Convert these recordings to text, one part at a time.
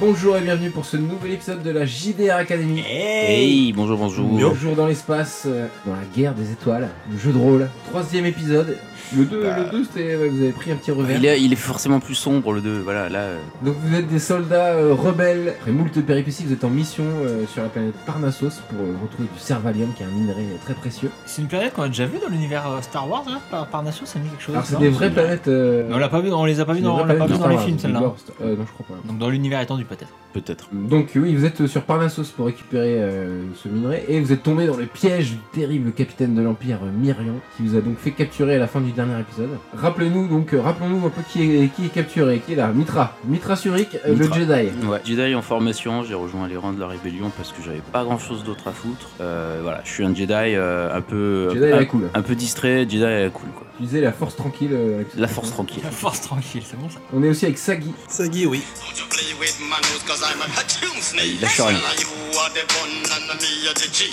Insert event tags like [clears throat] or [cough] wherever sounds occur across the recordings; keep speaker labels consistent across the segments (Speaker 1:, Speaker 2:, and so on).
Speaker 1: Bonjour et bienvenue pour ce nouvel épisode de la JDR Academy.
Speaker 2: Hey, bonjour, bonjour.
Speaker 1: Bonjour dans l'espace, euh, dans la guerre des étoiles, le jeu de rôle. Troisième épisode. Le 2,
Speaker 3: Bah.
Speaker 1: c'était. ouais, vous avez pris un petit revers.
Speaker 2: Il est, il est forcément plus sombre le 2, voilà, là... euh,
Speaker 1: Donc vous êtes des soldats euh, rebelles. Après moult péripéties, vous êtes en mission euh, sur la planète Parnassos pour euh, retrouver du Servalium qui est un minerai très précieux.
Speaker 4: C'est une planète qu'on a déjà vue dans l'univers euh, Star Wars, là, par Parnassus, ça me dit quelque chose.
Speaker 1: Alors c'est
Speaker 4: non
Speaker 1: des vraies planètes. euh,
Speaker 4: Mais on l'a pas vu, on les a pas
Speaker 1: c'est
Speaker 4: vus
Speaker 1: des
Speaker 4: dans, on
Speaker 1: vraies
Speaker 4: l'a pas
Speaker 1: planètes
Speaker 4: vu
Speaker 1: de
Speaker 4: dans les
Speaker 1: Star
Speaker 4: films,
Speaker 1: Wars,
Speaker 4: celle-là.
Speaker 1: Lost, euh, non, je crois pas.
Speaker 4: Donc dans l'univers étendu,
Speaker 1: [laughs]
Speaker 4: peut-être.
Speaker 2: Peut-être.
Speaker 1: Donc oui, vous êtes euh, sur Parnassos pour récupérer euh, ce minerai et vous êtes tombé dans le piège du terrible capitaine de l'Empire euh, Myrion qui vous a donc fait capturer à la fin du dernier épisode. Rappelez-nous donc, euh, rappelons-nous un peu qui est, qui est capturé, qui est là, Mitra, Mitra Surik, euh,
Speaker 2: Mitra.
Speaker 1: le Jedi.
Speaker 2: Ouais. Jedi en formation, j'ai rejoint les rangs de la rébellion parce que j'avais pas grand-chose d'autre à foutre. Euh, voilà, je suis un Jedi euh, un peu...
Speaker 1: Jedi
Speaker 2: un,
Speaker 1: la cool.
Speaker 2: un peu distrait, Jedi à la cool, quoi.
Speaker 1: Tu disais la force tranquille. euh, avec-
Speaker 2: La force tranquille.
Speaker 4: La force tranquille, c'est bon ça.
Speaker 1: On est aussi avec Sagi.
Speaker 3: Sagi, oui.
Speaker 5: Don't you play with my nose, cause I'm a [laughs] cartoon snake.
Speaker 2: Il lâche rien.
Speaker 5: You are the one and me are the G.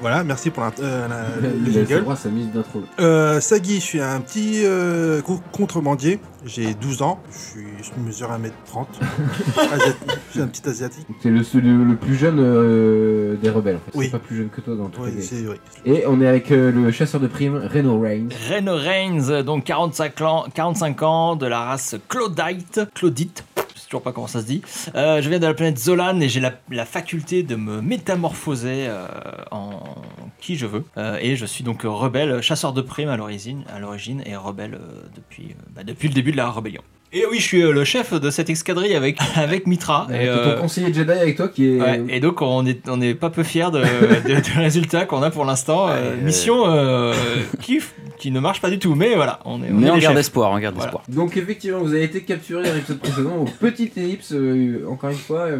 Speaker 3: Voilà, merci pour l'int-
Speaker 1: [laughs]
Speaker 3: euh, la- le
Speaker 1: Il a le
Speaker 3: jingle.
Speaker 1: droit à sa mise d'intro.
Speaker 3: Euh, Sagi, je suis un petit euh, co- contrebandier. J'ai 12 ans. Je, suis, je mesure 1m30.
Speaker 1: [laughs]
Speaker 3: Asiat- je suis un petit asiatique.
Speaker 1: C'est le, le, le plus jeune euh, des rebelles en fait.
Speaker 3: Oui.
Speaker 1: C'est pas plus jeune que toi dans tout
Speaker 3: Oui, c'est oui.
Speaker 1: Et on est avec euh, le chasseur de primes, Reno Reigns.
Speaker 4: Reno Reigns, donc 45 ans, 45 ans, de la race Claudite. Claudite. Je sais toujours pas comment ça se dit. Euh, je viens de la planète Zolan et j'ai la, la faculté de me métamorphoser euh, en qui je veux. Euh, et je suis donc rebelle, chasseur de primes à l'origine, à l'origine et rebelle euh, depuis, euh, bah, depuis le début de la rébellion. Et oui, je suis euh, le chef de cette escadrille avec, [laughs] avec Mitra.
Speaker 1: Et
Speaker 4: et, euh,
Speaker 1: ton conseiller Jedi avec toi qui est.
Speaker 4: Ouais, et donc on est on est pas peu fier de, de- du résultat qu'on a pour l'instant. Euh,
Speaker 2: Ouais,
Speaker 4: mission euh, qui f- qui ne marche pas du tout, mais voilà, on est on
Speaker 2: Mais
Speaker 4: est
Speaker 2: on
Speaker 4: les
Speaker 2: garde
Speaker 4: chefs.
Speaker 2: espoir, on garde
Speaker 4: Voilà.
Speaker 2: espoir.
Speaker 1: Donc effectivement, vous avez été capturé dans l'épisode précédent aux petites ellipses, euh, encore une fois. euh,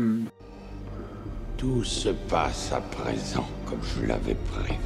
Speaker 6: Tout se passe à présent comme je l'avais prévu.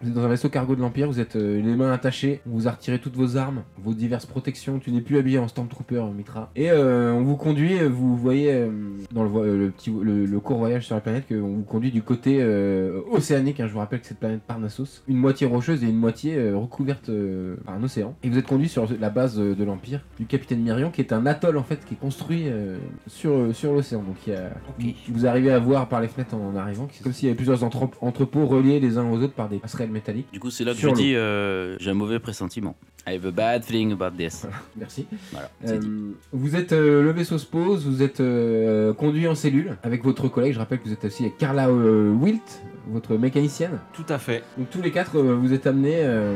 Speaker 1: vous êtes dans un vaisseau cargo de l'Empire, vous êtes euh, les mains attachées, on vous a retiré toutes vos armes, vos diverses protections, tu n'es plus habillé en Stormtrooper, euh, Mitra. Et euh, on vous conduit, euh, vous voyez euh, dans le, vo- euh, le petit, vo- le, le court voyage sur la planète qu'on vous conduit du côté euh, océanique, hein, je vous rappelle que cette planète Parnassos, une moitié rocheuse et une moitié euh, recouverte euh, par un océan. Et vous êtes conduit sur la base euh, de l'Empire du capitaine Myrion qui est un atoll en fait qui est construit euh, sur, euh, sur l'océan. Donc il y a-
Speaker 4: Ok.
Speaker 1: vous arrivez à voir par les fenêtres en, en arrivant, que c'est comme s'il y avait plusieurs entre- entrepôts reliés les uns aux autres par des passerelles métalliques.
Speaker 2: Du coup, c'est là que
Speaker 1: Sur
Speaker 2: je
Speaker 1: l'eau.
Speaker 2: dis, euh, j'ai un mauvais pressentiment. I have a bad feeling about this.
Speaker 1: Merci.
Speaker 2: Voilà,
Speaker 1: Euh,
Speaker 2: c'est dit.
Speaker 1: vous êtes euh, le vaisseau se pose, vous êtes euh, conduit en cellule avec votre collègue. Je rappelle que vous êtes aussi avec Carla euh, Wilt, votre mécanicienne.
Speaker 4: Tout à fait.
Speaker 1: Donc tous les quatre, euh, vous êtes amenés euh,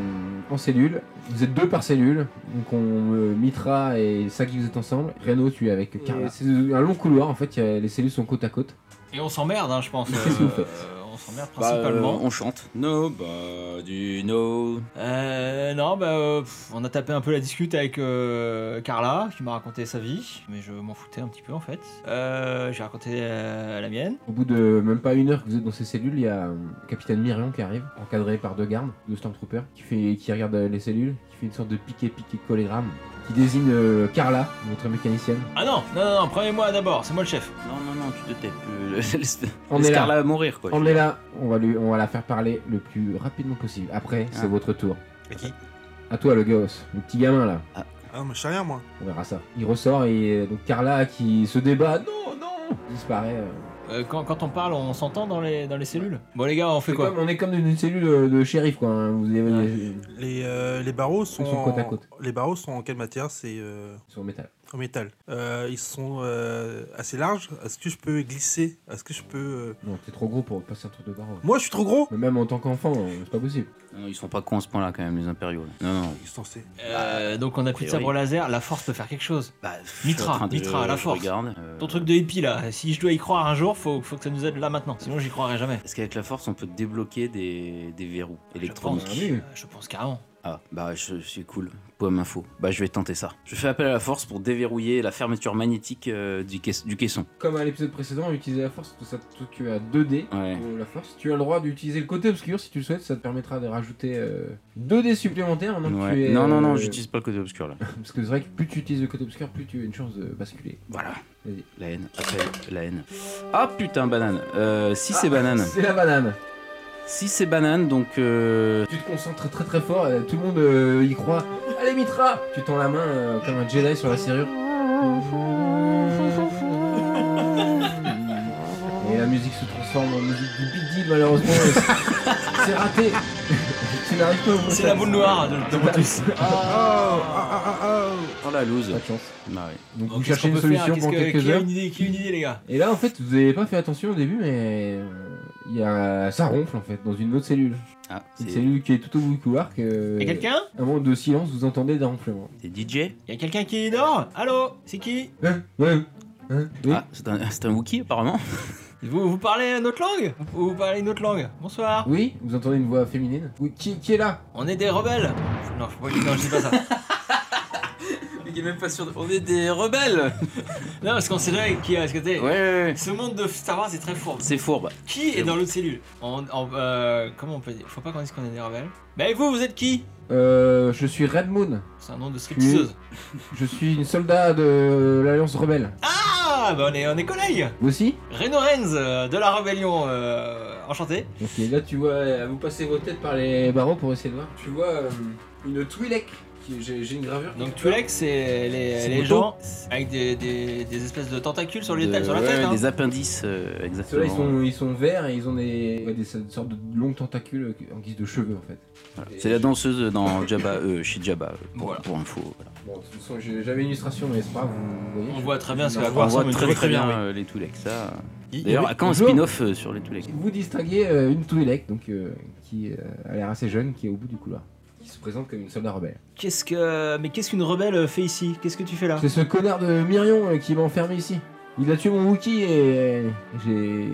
Speaker 1: en cellule. Vous êtes deux par cellule. Donc on euh, Mitra et Saki, vous êtes ensemble. Reno, tu es avec Carla. C'est un long couloir. En fait, il y a- les cellules sont côte à côte.
Speaker 4: Et on s'emmerde, hein, je pense.
Speaker 1: Qu'est-ce que vous faites
Speaker 4: Euh, on s'emmerde
Speaker 2: Bah, euh,
Speaker 4: principalement.
Speaker 2: on chante. Nobody knows.
Speaker 4: Euh, non, bah, euh, pff, on a tapé un peu la discute avec euh, Carla, qui m'a raconté sa vie, mais je m'en foutais un petit peu en fait. Euh, J'ai raconté euh, la mienne.
Speaker 1: Au bout de même pas une heure que vous êtes dans ces cellules, il y a euh, le capitaine Myrion qui arrive, encadré par deux gardes, deux stormtroopers, qui, fait, qui regarde euh, les cellules, qui fait une sorte de piqué piqué collégramme, qui désigne euh, Carla, votre mécanicienne.
Speaker 4: Ah non, non, non, non, prenez-moi d'abord, c'est moi le chef.
Speaker 2: Non, non, non, tu te tais. [laughs] Euh, laisse-
Speaker 1: On
Speaker 2: laisse
Speaker 1: est là,
Speaker 2: Carla mourir, quoi.
Speaker 1: on est là, on va, lui, on va la faire parler le plus rapidement possible. Après, c'est
Speaker 2: Ah.
Speaker 1: votre tour.
Speaker 3: Et qui
Speaker 1: À toi le gosse, le petit gamin là,
Speaker 3: Ah, mais je sais rien, moi.
Speaker 1: on verra ça. Il ressort et euh, donc Carla qui se débat, non, non, disparaît. euh.
Speaker 4: Euh, quand, quand on parle, on s'entend dans les, dans les cellules. Bon, les gars, on fait
Speaker 1: C'est
Speaker 4: quoi
Speaker 1: comme- on est comme dans une cellule euh, de shérif quoi, hein, vous avez
Speaker 4: Ouais.
Speaker 1: euh,
Speaker 3: Les, euh, les barreaux sont.
Speaker 1: Ils sont côte à
Speaker 3: en-
Speaker 1: côte.
Speaker 3: Les barreaux sont en quelle matière C'est euh,
Speaker 1: sur le métal.
Speaker 3: en métal. Euh, ils sont euh, assez larges. Est-ce que je peux glisser Est-ce que je peux. euh,
Speaker 1: Non, t'es trop gros pour passer un tour de barreau.
Speaker 3: Moi, je suis trop gros
Speaker 1: Mais même en tant qu'enfant, euh, c'est pas possible.
Speaker 2: Non, ils sont pas cons à ce point-là, quand même, les impériaux. là. Non, non.
Speaker 3: Ils sont censés.
Speaker 1: Bah,
Speaker 4: Euh, Donc, on a plus de
Speaker 2: priori.
Speaker 4: sabre laser, la force peut faire quelque chose.
Speaker 2: Bah, je suis
Speaker 4: Mitra,
Speaker 2: en train de-
Speaker 4: Mitra, à la
Speaker 2: je
Speaker 4: force.
Speaker 2: regarde, euh,
Speaker 4: Ton truc de hippie là, si je dois y croire un jour, faut, faut que ça nous aide là maintenant, sinon j'y croirai jamais.
Speaker 2: Est-ce qu'avec la force, on peut débloquer des, des verrous
Speaker 4: Je pense,
Speaker 2: électroniques
Speaker 1: Ah oui.
Speaker 4: euh, je pense carrément.
Speaker 2: Ah, bah, je, suis cool. Pomme info. Bah, je vais tenter ça. Je fais appel à la force pour déverrouiller la fermeture magnétique euh, du, cais- du caisson.
Speaker 1: Comme à l'épisode précédent, utiliser la force, ça te tue à 2D.
Speaker 2: Ouais.
Speaker 1: pour La force. Tu as le droit d'utiliser le côté obscur si tu le souhaites, ça te permettra de rajouter euh, 2D supplémentaires maintenant que
Speaker 2: Ouais.
Speaker 1: tu es.
Speaker 2: non, non, non,
Speaker 1: euh,
Speaker 2: j'utilise pas le côté obscur là.
Speaker 1: Parce que c'est vrai que plus tu utilises le côté obscur, plus tu as une chance de basculer.
Speaker 2: Voilà.
Speaker 1: Vas-y.
Speaker 2: La haine, appelle la haine. Ah putain, banane. Euh, si c'est banane.
Speaker 1: Ah, C'est la banane.
Speaker 2: Si c'est banane, donc. Euh...
Speaker 1: Tu te concentres très très fort, euh, tout le monde euh, y croit. Allez Mitra Tu tends la main euh, comme un Jedi sur la serrure. transforme en musique du Big Deal, malheureusement. C'est raté. [laughs] tu n'arrives pas à ouvrir
Speaker 4: C'est
Speaker 1: ta-
Speaker 4: la boule noire de,
Speaker 1: Bah,
Speaker 4: de Brutus.
Speaker 3: Ah,
Speaker 2: Oh la loose.
Speaker 1: Pas de chance.
Speaker 2: Bah ouais.
Speaker 1: Donc
Speaker 4: Alors,
Speaker 1: vous
Speaker 4: qu'est-ce
Speaker 1: cherchez
Speaker 4: qu'on
Speaker 1: une
Speaker 4: peut faire
Speaker 1: solution
Speaker 4: Qu'est-ce
Speaker 1: pendant
Speaker 4: que-
Speaker 1: quelques
Speaker 4: qui a
Speaker 1: heures.
Speaker 4: une idée, qui a une idée, les gars
Speaker 1: Et là, en fait, vous n'avez pas fait attention au début, mais euh, il y a ça ronfle en fait dans une autre cellule.
Speaker 2: Ah,
Speaker 1: Une
Speaker 2: c'est
Speaker 1: cellule qui est tout au bout du couloir. Que
Speaker 4: Y'a quelqu'un
Speaker 1: Un moment de silence, vous entendez des ronflements.
Speaker 2: c'est DJ
Speaker 4: Y'a quelqu'un qui dort Allô C'est qui
Speaker 1: Hein Ouais Hein Oui
Speaker 2: Ah, c'est un, c'est un Wookie apparemment.
Speaker 4: vous, vous parlez une autre langue Vous parlez une autre langue Bonsoir
Speaker 1: Oui Vous entendez une voix féminine Oui, qui, qui est là
Speaker 4: On est des rebelles Non, faut pas- non, je dis
Speaker 1: [laughs]
Speaker 4: pas ça.
Speaker 2: Il est même pas sûr. On est des rebelles
Speaker 4: Non, parce qu'on sait jamais qui a ce que t'es.
Speaker 2: Ouais, ouais, ouais.
Speaker 4: Ce monde de Star Wars est très fourbe.
Speaker 2: C'est fourbe.
Speaker 4: Qui est
Speaker 2: C'est
Speaker 4: dans l'autre cellule en, en- euh, Comment on peut dire Faut pas qu'on dise qu'on est des rebelles. Bah et vous, vous êtes qui
Speaker 1: Euh, je suis Red Moon.
Speaker 4: C'est un nom de stripteaseuse.
Speaker 1: Je suis une soldat de l'Alliance Rebelle.
Speaker 4: Ah Bah on est, on est collègues
Speaker 1: Vous aussi
Speaker 4: Reno Renz euh, de la rébellion, euh, enchanté.
Speaker 1: Ok, là tu vois, euh, vous passez vos têtes par les barreaux pour essayer de voir. Tu vois euh, une Twi'lek. qui- J'ai j'ai une gravure.
Speaker 4: Donc Tulek, c'est les,
Speaker 2: C'est
Speaker 4: les
Speaker 2: Moto.
Speaker 4: gens avec des, des- des espèces de tentacules sur, les têtes, sur la
Speaker 2: Ouais,
Speaker 4: tête. hein.
Speaker 2: Des appendices, euh,
Speaker 1: Ceux-là, ils
Speaker 2: exactement.
Speaker 1: sont, ils sont verts et ils ont des, ouais, des sortes de longues tentacules euh, en guise de cheveux en fait.
Speaker 2: Voilà. C'est la danseuse dans Jabba, euh, chez Jabba, euh, pour,
Speaker 4: Voilà.
Speaker 2: pour info. voilà.
Speaker 1: Bon, de toute façon, j'ai jamais l'illustration, mais c'est pas grave, vous voyez.
Speaker 4: On
Speaker 1: je-
Speaker 4: voit très bien
Speaker 1: Non,
Speaker 4: ce que la
Speaker 1: on
Speaker 4: gloire
Speaker 2: On voit
Speaker 4: semble
Speaker 2: très
Speaker 4: durer.
Speaker 2: très bien euh, les Toulecs, ça.
Speaker 1: Il- il y
Speaker 2: D'ailleurs,
Speaker 1: avait-
Speaker 2: à quand un
Speaker 1: Bonjour.
Speaker 2: spin-off euh, sur les Toulecs
Speaker 1: Vous distinguez euh, une Twi'lek, donc euh, qui euh, a l'air assez jeune, qui est au bout du couloir, qui se présente comme une soldat rebelle.
Speaker 4: Qu'est-ce que. Mais qu'est-ce qu'une rebelle fait ici Qu'est-ce que tu fais là
Speaker 1: Ah. C'est ce connard de Myrion euh, qui m'a enfermé ici. Il a tué mon Wookie et j'ai.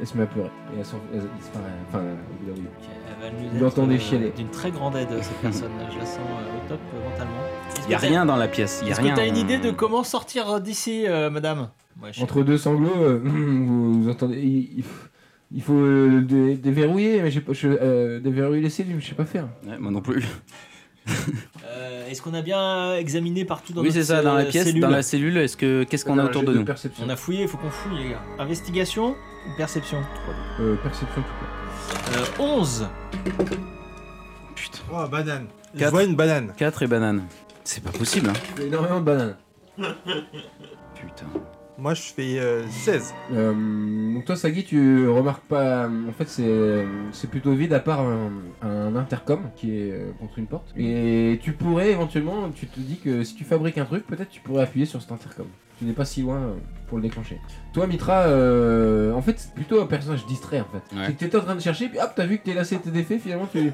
Speaker 1: Elle se met à pleurer. Et elle s'en. elle- elle se- Enfin, euh, enfin, euh, au bout d'un moment.
Speaker 4: Elle va nous
Speaker 1: Vous
Speaker 4: être,
Speaker 1: l'entendez
Speaker 4: euh,
Speaker 1: chialer.
Speaker 4: D'une très grande aide, cette personne. Je la sens euh, au top euh, mentalement.
Speaker 2: Il y a rien dans la pièce. Il y a
Speaker 4: Est-ce
Speaker 2: rien. euh.
Speaker 4: que t'as une idée de comment sortir d'ici, euh, madame Moi, je sais
Speaker 1: Entre deux sanglots, euh, [clears throat] vous, vous entendez. Il, il faut- il faut euh, dé- déverrouiller, mais j'ai pas. je- euh, déverrouiller les cellules, je sais pas faire.
Speaker 2: Ouais, moi non plus.
Speaker 4: pas. Euh, Est-ce qu'on a bien examiné partout dans
Speaker 2: oui,
Speaker 4: notre
Speaker 2: c'est ça, dans la
Speaker 4: ce-
Speaker 2: pièce,
Speaker 4: cellule
Speaker 2: dans la cellule. Est-ce que qu'est-ce qu'on
Speaker 1: Faire
Speaker 2: a
Speaker 1: un
Speaker 2: autour
Speaker 1: jet
Speaker 2: de nous
Speaker 1: Perception.
Speaker 4: On a fouillé, il faut qu'on fouille, les gars. Investigation ou perception
Speaker 1: Euh, perception tout court.
Speaker 4: Euh, 11
Speaker 2: Putain.
Speaker 3: Oh, banane. Je
Speaker 2: Quatre.
Speaker 3: vois une banane.
Speaker 2: 4 et banane. C'est pas possible, hein.
Speaker 1: Il y a Énormément de bananes.
Speaker 2: Putain.
Speaker 3: Moi, je fais euh, 16.
Speaker 1: Euh, donc toi Sagi tu remarques pas en fait c'est c'est plutôt vide à part un, un intercom qui est euh, contre une porte et tu pourrais éventuellement tu te dis que si tu fabriques un truc peut-être tu pourrais appuyer sur cet intercom tu n'es pas si loin euh, pour le déclencher toi Mitra euh, en fait c'est plutôt un personnage distrait en fait
Speaker 2: Ouais.
Speaker 1: C'est que t'étais en train de chercher puis hop t'as vu que t'es lassé t'es défait finalement
Speaker 2: [laughs]
Speaker 1: tu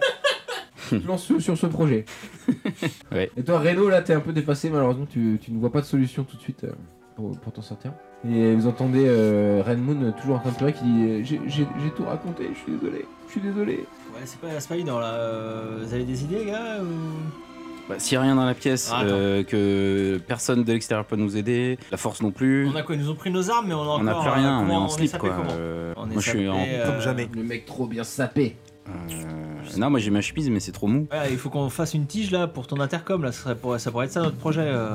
Speaker 1: tu te lances sur, sur ce projet
Speaker 2: Ouais.
Speaker 1: et toi Reno là t'es un peu dépassé malheureusement tu, tu ne vois pas de solution tout de suite euh, pour, pour t'en sortir et vous entendez euh, Red Moon euh, toujours en train de pleurer qui dit euh, J'ai- J'ai j'ai tout raconté, je suis désolé, je suis désolé.
Speaker 4: Ouais, c'est pas, c'est pas évident là. Euh, Vous avez des idées, les gars ou-
Speaker 2: Bah, S'il y a rien dans la pièce,
Speaker 4: Ah, attends.
Speaker 2: euh, que personne de l'extérieur peut nous aider, la force non plus,
Speaker 4: On a quoi Ils nous ont pris nos armes, mais on a encore.
Speaker 2: on n'a plus
Speaker 4: euh,
Speaker 2: rien, on est
Speaker 4: comment-
Speaker 2: en slip
Speaker 4: sapé
Speaker 2: quoi.
Speaker 4: comment
Speaker 2: Euh,
Speaker 4: On est
Speaker 2: moi je suis
Speaker 4: sapé,
Speaker 2: en.
Speaker 4: euh,
Speaker 3: Comme jamais.
Speaker 1: Le mec trop bien sapé.
Speaker 2: euh, Non, moi j'ai ma chemise, mais c'est trop mou.
Speaker 4: Ouais, il faut qu'on fasse une tige là pour ton intercom là, ça, serait pour- ça pourrait être ça notre projet, euh,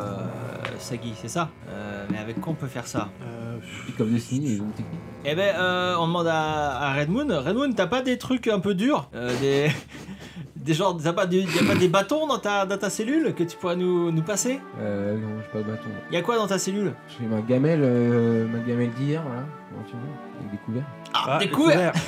Speaker 4: Sagi, c'est ça Euh, Mais avec quoi on peut faire ça
Speaker 3: Euh,
Speaker 1: Et comme Destiny, ils ont une technique.
Speaker 4: Eh ben, euh, on demande à, à Red Moon. Red Moon, t'as pas des trucs un peu durs Euh, Des. [laughs] Des genres. T'as pas, du- y a pas des bâtons dans ta, dans ta cellule que tu pourrais nous, nous passer
Speaker 1: Euh, non, j'ai pas de bâton.
Speaker 4: Y a quoi dans ta cellule
Speaker 1: J'ai ma gamelle, euh, ma gamelle d'hier, voilà, éventuellement, avec des couverts.
Speaker 4: Ah, des
Speaker 3: le
Speaker 4: couverts
Speaker 3: couvert.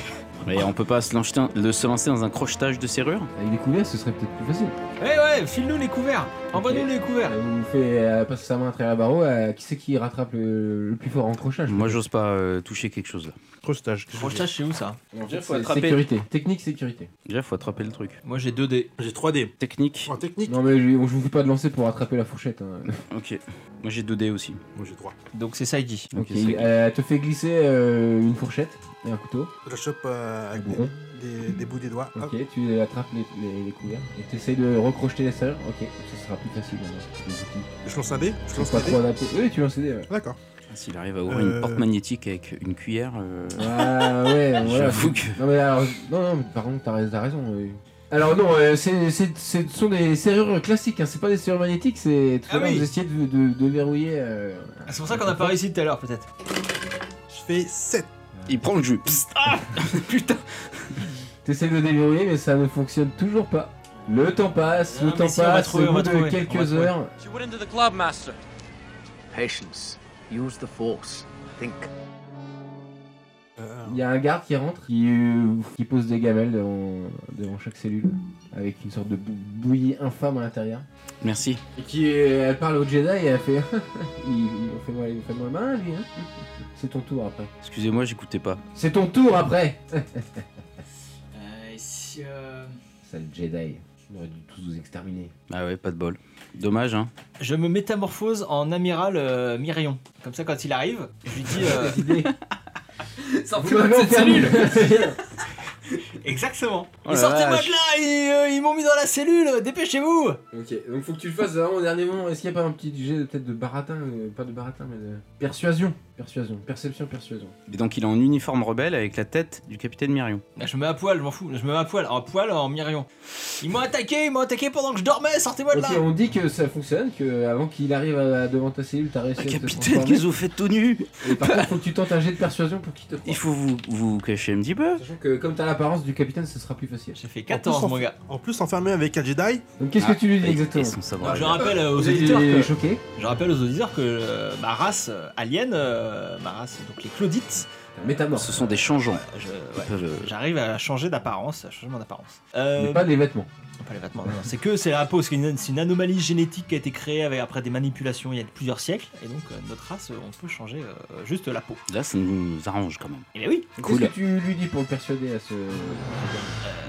Speaker 2: Mais on peut pas se lancer, le- se lancer dans un crochetage de serrure
Speaker 1: Avec des couverts, ce serait peut-être plus facile.
Speaker 4: Ouais, Eh ouais, file-nous les couverts Envoie-nous
Speaker 1: Ok.
Speaker 4: les couverts
Speaker 1: Elle vous fait euh, passer sa main à travers la barreau, euh, qui c'est qui rattrape le, le plus fort en crochage
Speaker 2: Moi j'ose pas euh, toucher quelque chose là.
Speaker 3: Crustage.
Speaker 4: Crochetage, c'est où ça
Speaker 1: En
Speaker 2: Déjà,
Speaker 1: fait,
Speaker 2: faut
Speaker 1: c'est
Speaker 2: attraper.
Speaker 1: Sécurité, technique, sécurité.
Speaker 2: Déjà faut attraper le truc.
Speaker 4: Moi j'ai 2 dés.
Speaker 3: J'ai 3D.
Speaker 2: Technique,
Speaker 3: En technique.
Speaker 1: Non mais je, je vous fais pas de lancer pour attraper la fourchette. hein.
Speaker 2: ok. Moi j'ai 2 dés aussi.
Speaker 3: Moi, j'ai 3.
Speaker 4: Donc c'est Sagi.
Speaker 1: Ok,
Speaker 2: c'est
Speaker 1: il- [laughs] elle te fait glisser euh, une fourchette et un couteau.
Speaker 3: Je la chope euh, avec
Speaker 1: Un bourron.
Speaker 3: des, des- des bouts des doigts.
Speaker 1: Ok,
Speaker 3: Hop.
Speaker 1: tu attrapes les, les, les couverts et tu essayes de recrocheter les serrures. Ok, ça sera plus facile. hein, les outils.
Speaker 3: Je lance un dé. Je
Speaker 1: Ils
Speaker 3: lance
Speaker 1: sont
Speaker 3: un
Speaker 1: pas trop
Speaker 3: dé.
Speaker 1: adaptés. Oui, tu lances des dés. ouais.
Speaker 3: D'accord.
Speaker 2: Ah, S'il arrive à ouvrir
Speaker 3: Euh.
Speaker 2: une porte magnétique avec une cuillère, euh,
Speaker 1: Ah
Speaker 4: [laughs]
Speaker 1: ouais, voilà.
Speaker 2: j'avoue que.
Speaker 1: Non mais alors, non, non, mais par contre, t'as rais- t'as raison. oui. Alors non, euh, c'est- c'est- c'est- ce sont des serrures classiques, hein, c'est pas des serrures magnétiques, c'est tout à
Speaker 4: Ah
Speaker 1: l'heure
Speaker 4: oui.
Speaker 1: vous essayez de, de- de verrouiller. euh,
Speaker 4: Ah, C'est pour ça qu'on a pas réussi tout à l'heure peut-être.
Speaker 3: Je fais 7.
Speaker 2: Il prend le jus. Psst, ah Putain
Speaker 1: T'essayes de déverrouiller, mais ça ne fonctionne toujours pas. Le temps passe,
Speaker 4: Non,
Speaker 1: le
Speaker 4: Ah, mais
Speaker 1: temps
Speaker 4: si, on va
Speaker 1: passe,
Speaker 4: trouver,
Speaker 1: au
Speaker 4: on
Speaker 1: bout
Speaker 4: va
Speaker 1: de
Speaker 4: trouver, on va
Speaker 1: quelques
Speaker 4: trouver.
Speaker 1: heures,
Speaker 7: She went into
Speaker 4: Euh,
Speaker 7: the club, Master.
Speaker 8: Patience. Use the force. Think.
Speaker 3: Euh,
Speaker 1: Il y a un garde qui rentre, qui, euh, qui pose des gamelles devant, devant chaque cellule, avec une sorte de bou- bouillie infâme à l'intérieur.
Speaker 2: Merci.
Speaker 1: Et qui euh, elle parle au Jedi et elle fait. [laughs] il, il- fais-moi fais-moi la main, lui. Hein. C'est ton tour après.
Speaker 2: Excusez-moi, j'écoutais pas.
Speaker 1: C'est ton tour après
Speaker 4: Euh, si, euh,
Speaker 1: Sale Jedi. On aurait dû tous vous exterminer.
Speaker 2: Ah ouais, pas de bol. Dommage, hein.
Speaker 4: Je me métamorphose en amiral euh, Mirion. Comme ça, quand il arrive, je lui dis. [laughs] euh, [laughs] Sortez-moi de cette cellule
Speaker 1: [laughs]
Speaker 4: Exactement.
Speaker 2: Oh
Speaker 4: Et
Speaker 2: la
Speaker 4: sortez-moi
Speaker 2: vache.
Speaker 4: de là Ils, euh, ils m'ont mis dans la cellule Dépêchez-vous
Speaker 1: Ok, donc faut que tu le fasses vraiment au dernier moment. Est-ce qu'il n'y a pas un petit jet peut-être de baratin euh, Pas de baratin, mais de. Persuasion Persuasion, perception, persuasion.
Speaker 2: Et donc il est en uniforme rebelle avec la tête du capitaine Mirion.
Speaker 4: Ah, Je me mets à poil, je m'en fous. Je me mets à poil, en poil en Mirion. Ils m'ont attaqué, ils m'ont attaqué pendant que je dormais, sortez-moi de
Speaker 1: Ok,
Speaker 4: là
Speaker 1: on dit que ça fonctionne, que avant qu'il arrive à- devant ta cellule, t'as réussi
Speaker 2: Ah,
Speaker 1: à te
Speaker 2: capitaine,
Speaker 1: transformer.
Speaker 2: qu'est-ce que vous faites tout nu
Speaker 1: Et par contre, faut que tu tentes un jet de persuasion pour qu'il te
Speaker 2: Il
Speaker 1: croie.
Speaker 2: faut vous, vous cacher un petit peu.
Speaker 1: Sachant que comme t'as l'apparence du capitaine, ce sera plus facile.
Speaker 4: J'ai fait
Speaker 3: En
Speaker 4: 14,
Speaker 3: plus,
Speaker 4: mon gars.
Speaker 3: En plus, enfermé avec un Jedi,
Speaker 1: Donc qu'est-ce
Speaker 2: Ah,
Speaker 1: que tu lui dis
Speaker 2: et-
Speaker 1: exactement
Speaker 2: et son sabre
Speaker 4: Alors, je,
Speaker 2: laser.
Speaker 4: rappelle aux
Speaker 1: Vous
Speaker 4: auditeurs
Speaker 1: êtes euh,
Speaker 4: que,
Speaker 1: choqué
Speaker 4: je rappelle aux auditeurs que euh, ma race euh, alien, euh, ma race, donc les Claudites,
Speaker 1: Métamorphe.
Speaker 2: Ce sont des changeants.
Speaker 4: euh, je-
Speaker 2: Ils
Speaker 4: ouais,
Speaker 2: peuvent, euh,
Speaker 4: j'arrive à changer d'apparence, à changer mon apparence. Euh,
Speaker 1: Mais pas des vêtements.
Speaker 4: Pas les vêtements, non, non. C'est que c'est la peau, c'est une, c'est une anomalie génétique qui a été créée avec, après des manipulations il y a plusieurs siècles, et donc euh, notre race, euh, on peut changer euh, juste la peau.
Speaker 2: Là, ça nous arrange quand même.
Speaker 4: Et bien oui
Speaker 1: Qu'est-ce
Speaker 2: Cool.
Speaker 1: que tu lui dis pour le persuader à ce.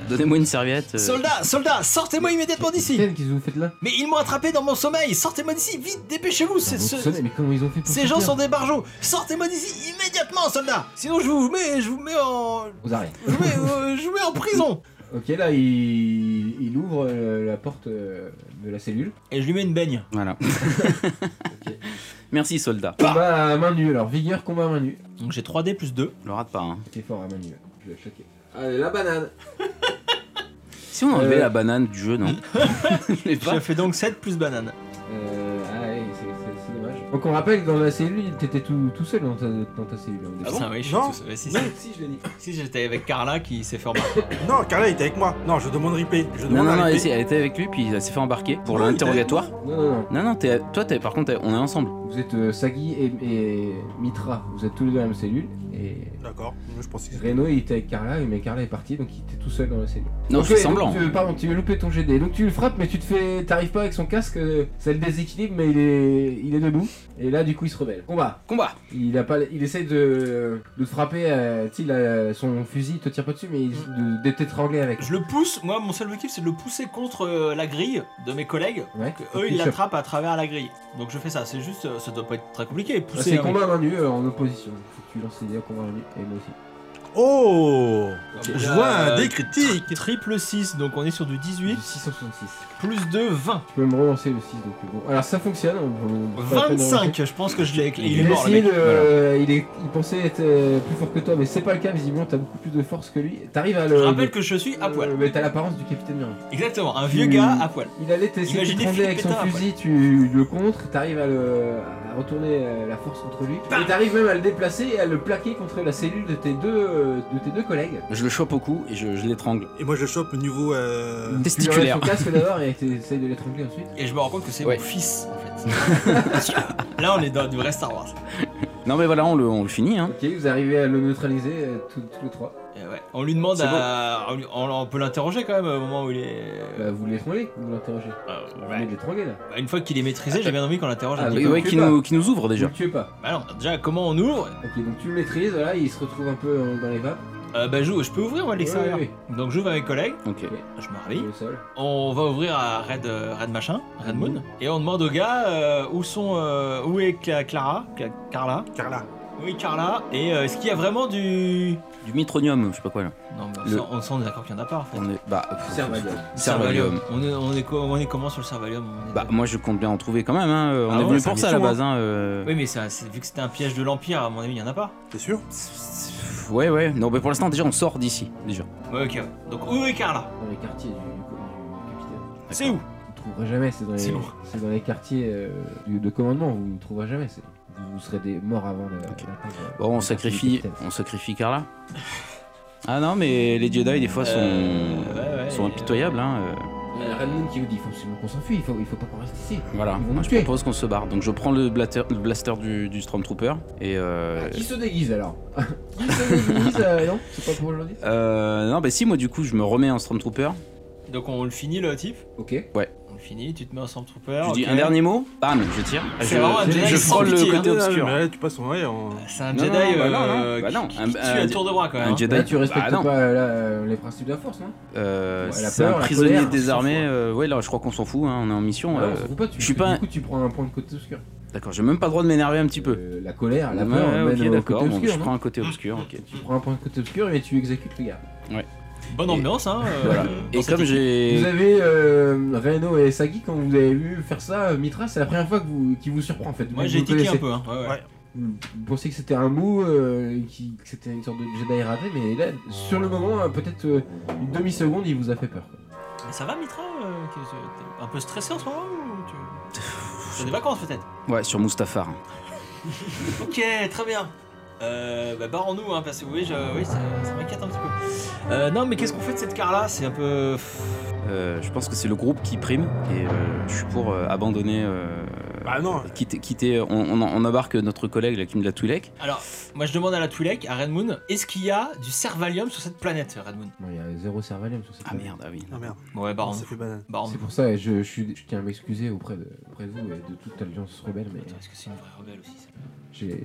Speaker 2: Donnez-moi une serviette. euh,
Speaker 4: Soldats, soldats, sortez-moi immédiatement d'ici
Speaker 1: Capitaine, qu'est-ce que vous faites là
Speaker 4: Mais ils m'ont attrapé dans mon sommeil, sortez-moi d'ici, vite, dépêchez-vous c'est-
Speaker 1: Vous
Speaker 4: ce-
Speaker 1: sonnez, Mais comment ils ont fait pour
Speaker 4: Ces
Speaker 1: sortir
Speaker 4: gens sont des barjots Sortez-moi d'ici immédiatement, soldats Sinon je vous mets, je vous mets en...
Speaker 1: Aux arrêts.
Speaker 4: Je vous mets, euh, je vous mets en prison
Speaker 1: Ok, là, il, il ouvre euh, la porte euh, de la cellule.
Speaker 4: Et je lui mets une baigne.
Speaker 2: Voilà. [laughs] Merci, soldat.
Speaker 1: Combat à main nue, alors vigueur, combat à main nue.
Speaker 4: Donc j'ai 3D plus 2.
Speaker 2: Le rate pas, hein.
Speaker 1: T'es fort à main nue, je vais choquer. Allez, la banane
Speaker 2: Si on enlevait
Speaker 1: Euh.
Speaker 2: la banane du jeu, non Je l'ai
Speaker 4: Je
Speaker 2: pas.
Speaker 4: fais donc 7 plus banane.
Speaker 1: euh, Ah ouais, c'est- c'est c'est dommage. Donc on rappelle, dans la cellule, t'étais tout, tout seul dans ta, dans ta cellule. hein,
Speaker 2: Ah
Speaker 1: au début.
Speaker 4: Putain, oui, je suis
Speaker 3: Non.
Speaker 4: tout seul. Ouais, si, si.
Speaker 1: Oui, si, je l'ai dit.
Speaker 4: Si j'étais avec Carla qui s'est fait remarquer.
Speaker 3: non, Carla était avec moi. Non, je demande ripé. Je
Speaker 2: Non,
Speaker 3: demande
Speaker 2: non,
Speaker 3: un
Speaker 2: non, elle
Speaker 3: ripé.
Speaker 2: s'est- elle était avec lui, puis elle s'est fait embarquer pour
Speaker 3: Ouais,
Speaker 2: l'interrogatoire.
Speaker 1: Non, non, non.
Speaker 2: Non, non, t'es- toi, t'es- par contre, t'es- on est ensemble.
Speaker 1: Vous êtes euh, Sagi et, et Mitra, vous êtes tous les deux dans la même cellule. Et
Speaker 3: D'accord, Moi, je pensais que
Speaker 1: Reno, il était avec Carla, mais Carla est partie, donc il était tout seul dans la cellule.
Speaker 2: Non,
Speaker 1: Ok,
Speaker 2: je fais semblant.
Speaker 1: donc tu- pardon, tu as loupé ton GD. Donc tu le frappes, mais tu te fais. T'arrives pas avec son casque, euh, ça le déséquilibre, mais il est, il est debout. Et là, du coup, il se rebelle. Combat
Speaker 2: Combat
Speaker 1: Il a pas, il essaye de, de te frapper, euh, tu sais, il a- son fusil il te tire pas dessus, mais il, de, de t'étrangler avec.
Speaker 4: Je le pousse, moi mon seul objectif c'est de le pousser contre euh, la grille de mes collègues.
Speaker 1: Ouais.
Speaker 4: Que
Speaker 1: Ok,
Speaker 4: eux ils
Speaker 1: chop.
Speaker 4: l'attrapent à travers la grille. Donc je fais ça, c'est juste, euh, ça doit pas être très compliqué.
Speaker 1: Ah,
Speaker 4: Pousser
Speaker 1: C'est
Speaker 4: hein. un-
Speaker 1: combat à main nue euh, en opposition. Faut que tu lances les dés à combat à main nue, et moi aussi.
Speaker 3: Oh
Speaker 4: Euh,
Speaker 3: Je vois un dé critique
Speaker 4: tri- Triple 6, donc on est sur du 18,
Speaker 1: Du 666.
Speaker 4: plus 2, 20.
Speaker 1: Tu peux me relancer le 6 donc euh, bon. Alors ça fonctionne. on- on- on- pas la peine de relancer.
Speaker 4: 25, je pense que je l'ai éclairé.
Speaker 1: Il,
Speaker 4: Il est mort le
Speaker 1: essaye
Speaker 4: mec.
Speaker 1: de- euh, il, est, il pensait être euh, plus fort que toi, mais c'est pas le cas. Visiblement, t'as beaucoup plus de force que lui. T'arrives à le.
Speaker 4: Je rappelle que je suis à
Speaker 1: euh,
Speaker 4: poil.
Speaker 1: Mais t'as l'apparence du capitaine Murray.
Speaker 4: Exactement, un
Speaker 1: Tu-
Speaker 4: vieux gars à poil.
Speaker 1: Il allait t'essayer de
Speaker 4: Imaginez
Speaker 1: t'étrangler avec
Speaker 4: Philippe
Speaker 1: son
Speaker 4: Pétain à
Speaker 1: fusil, tu le contres, t'arrives à, le, à retourner euh, la force contre lui. Et t'arrives même à le déplacer et à le plaquer contre la cellule de tes deux, euh, de tes deux collègues.
Speaker 2: Je le chope au cou et je, je l'étrangle.
Speaker 3: Et moi je chope au niveau...
Speaker 1: Tu
Speaker 3: euh,
Speaker 1: lui enlèves
Speaker 2: Testiculaire.
Speaker 1: son casque d'abord et t'essayes de l'étrangler ensuite.
Speaker 4: Et je me rends compte que c'est
Speaker 2: Ouais.
Speaker 4: mon fils en fait. Là on est dans du vrai Star Wars.
Speaker 2: Non, mais voilà, on le, on le finit, hein.
Speaker 1: Ok, vous arrivez à le neutraliser euh, tous tous les trois.
Speaker 4: Et ouais. On lui demande
Speaker 2: C'est
Speaker 4: à. On, lui- on- on peut l'interroger quand même au moment où il est.
Speaker 1: Bah, vous l'étranglez, vous l'interrogez.
Speaker 4: Euh,
Speaker 1: Vous
Speaker 4: ouais.
Speaker 1: venez de l'étrangler là.
Speaker 4: Bah, Une fois qu'il est maîtrisé, j'ai bien envie qu'on l'interroge
Speaker 1: Ah,
Speaker 4: un petit
Speaker 2: Oui,
Speaker 1: donc,
Speaker 2: ouais,
Speaker 1: tu
Speaker 2: qui
Speaker 1: vas.
Speaker 2: nous, qui nous ouvre
Speaker 1: Vous
Speaker 2: déjà.
Speaker 1: le tuez pas.
Speaker 4: peu. Bah non, déjà comment on ouvre
Speaker 1: Ok, donc tu le maîtrises, voilà, il se retrouve un peu euh, dans les vapes.
Speaker 4: Euh, Bah je, je peux ouvrir moi de l'extérieur.
Speaker 1: Ouais, ouais,
Speaker 4: Donc j'ouvre à mes collègues,
Speaker 2: Ok.
Speaker 4: je me
Speaker 1: ouais,
Speaker 4: réveille.
Speaker 1: au sol.
Speaker 4: On va ouvrir à Red, euh, Red machin, Red Moon, et on demande au gars euh, où sont, euh, où est Cla- Clara, Cla- Carla,
Speaker 3: Carla.
Speaker 4: oui Carla, et euh, est-ce qu'il y a vraiment du
Speaker 2: Du mitronium, je sais pas quoi là.
Speaker 4: Non, mais on
Speaker 2: Le-
Speaker 4: sent- on sent d'accord qu'il y en a pas en fait.
Speaker 2: On est. Bah. pff,
Speaker 1: Servalium.
Speaker 2: pff, Servalium.
Speaker 4: On est, on, est, co- on est comment sur le Servalium On est
Speaker 2: Bah,
Speaker 4: d'accord.
Speaker 2: moi je compte bien en trouver quand même, hein. euh, On
Speaker 4: Ah
Speaker 2: est
Speaker 4: ouais,
Speaker 2: venu
Speaker 4: c'est
Speaker 2: pour
Speaker 4: un
Speaker 2: ça à la
Speaker 4: mission,
Speaker 2: base, hein. euh,
Speaker 4: Oui, mais ça, c'est- vu que c'était un piège de l'Empire, à mon avis, il y en a pas.
Speaker 3: T'es sûr
Speaker 2: pff, Ouais, ouais. Non, mais pour l'instant, déjà, on sort d'ici. Déjà.
Speaker 4: Ouais, ok, ouais. Donc où est Carla
Speaker 1: Dans les quartiers du, du capitaine.
Speaker 4: C'est où
Speaker 1: Vous ne trouverez jamais, c'est dans,
Speaker 4: C'est
Speaker 1: les-
Speaker 4: lourd.
Speaker 1: c'est dans les quartiers euh, du- de commandement, vous ne trouverez jamais. c'est- Vous, vous serez des morts avant de. d'atteindre-
Speaker 2: Bon, on sacrifie. On sacrifie Carla. Ah non, mais les Jedi, des fois, sont.
Speaker 4: Euh, ouais, ouais,
Speaker 2: sont
Speaker 4: et-
Speaker 2: impitoyables, hein. euh.
Speaker 1: Il y a Red Moon qui vous dit il faut absolument qu'on s'enfuit, il faut, il faut pas qu'on reste ici.
Speaker 2: Voilà,
Speaker 1: Ils vont
Speaker 2: moi
Speaker 1: nous
Speaker 2: je
Speaker 1: tuer.
Speaker 2: propose qu'on se barre. Donc je prends le blaster, le blaster du, du Stormtrooper et euh,
Speaker 1: Qui se déguise alors [laughs] Qui se
Speaker 2: [laughs]
Speaker 1: déguise euh, Non C'est pas pour aujourd'hui
Speaker 2: euh, non bah si moi du coup je me remets en Stormtrooper.
Speaker 4: Donc on le finit le type
Speaker 1: Ok.
Speaker 4: On le finit, tu te mets en Stormtrooper.
Speaker 2: Je dis
Speaker 4: ok.
Speaker 2: un dernier mot, bam, je tire.
Speaker 4: Ah, C'est
Speaker 2: Je,
Speaker 4: vraiment un
Speaker 2: je-
Speaker 4: Jedi
Speaker 2: je
Speaker 4: sans
Speaker 2: frôle le
Speaker 4: pitié,
Speaker 2: côté
Speaker 4: hein.
Speaker 2: obscur.
Speaker 3: Mais là, tu passes en vrai, on-
Speaker 4: C'est un
Speaker 2: Non,
Speaker 4: Jedi
Speaker 2: non, bah non, non,
Speaker 4: euh,
Speaker 2: bah
Speaker 4: qui-
Speaker 2: non,
Speaker 4: qui
Speaker 2: un-
Speaker 4: tue
Speaker 2: un-
Speaker 4: à tour de bras quand même.
Speaker 2: Un
Speaker 4: hein.
Speaker 2: Jedi.
Speaker 1: Là, tu respectes
Speaker 2: Bah, non.
Speaker 1: pas euh, la- les principes de la force, non
Speaker 2: Euh,
Speaker 1: Ouais, la
Speaker 2: c'est un
Speaker 1: peur, la
Speaker 2: prisonnier
Speaker 1: colère,
Speaker 2: désarmé.
Speaker 1: on s'en fout.
Speaker 2: euh, ouais, là, je crois qu'on s'en fout. hein, on est en mission.
Speaker 1: Ah non,
Speaker 2: euh,
Speaker 1: on s'en fout pas, tu,
Speaker 2: je suis pas un-
Speaker 1: du coup tu prends un point de côté obscur.
Speaker 2: D'accord, j'ai même pas le droit de m'énerver un petit peu.
Speaker 1: Euh, la colère, la
Speaker 2: Ouais,
Speaker 1: peur,
Speaker 2: ouais,
Speaker 1: mène
Speaker 2: ok,
Speaker 1: au côté
Speaker 2: d'accord. bon,
Speaker 1: obscur,
Speaker 2: je
Speaker 1: non
Speaker 2: prends un côté obscur. ok.
Speaker 1: Tu prends un point de côté obscur et tu exécutes le gars.
Speaker 4: Bonne ambiance, hein. euh,
Speaker 2: Voilà.
Speaker 4: dans
Speaker 2: Et
Speaker 4: cette
Speaker 2: comme
Speaker 1: Vous
Speaker 4: équipe.
Speaker 2: j'ai,
Speaker 1: avez euh, Reno et Sagi, quand vous avez vu faire ça, euh, Mitra, c'est la première fois que vous, qui vous surprend en fait.
Speaker 4: Moi
Speaker 1: Vous-
Speaker 4: j'ai
Speaker 1: vous
Speaker 4: tiqué un
Speaker 1: connaissez.
Speaker 4: peu. Hein. Ouais, ouais.
Speaker 3: Ouais.
Speaker 1: Vous pensiez que c'était un mot, euh, qui, que c'était une sorte de Jedi raté, mais là, sur le moment, euh, peut-être euh, une demi-seconde, il vous a fait peur. quoi.
Speaker 4: Mais ça va Mitra euh, qu'est-ce que- t'es Un peu stressé en ce moment ou tu... C'est des vacances peut-être
Speaker 2: ouais, sur Mustafar.
Speaker 4: Ok, très bien. Euh, bah barrons-nous hein, parce que oui, je... oui ça, ça m'inquiète un petit peu. Euh, non mais qu'est-ce qu'on fait de cette car là C'est un peu...
Speaker 2: Euh, je pense que c'est le groupe qui prime et euh, je suis pour euh, abandonner. euh,
Speaker 3: Bah non.
Speaker 2: Quitter, quitter- on, on, on embarque notre collègue là, qui me l'a Twi'lek.
Speaker 4: Alors, moi je demande à la Twi'lek, à Red Moon, est-ce qu'il y a du Servalium sur cette planète Red Moon
Speaker 1: Non, il y a zéro cervalium sur cette
Speaker 2: Ah
Speaker 1: planète.
Speaker 2: merde, ah oui.
Speaker 3: Ah merde,
Speaker 4: Ouais,
Speaker 3: on
Speaker 4: barons
Speaker 3: s'est fait banane.
Speaker 1: C'est pour ça, je, je suis- je tiens à m'excuser auprès de, auprès de vous et de toute alliance rebelle, mais
Speaker 4: Est-ce que c'est une vraie rebelle aussi celle-là
Speaker 1: j'ai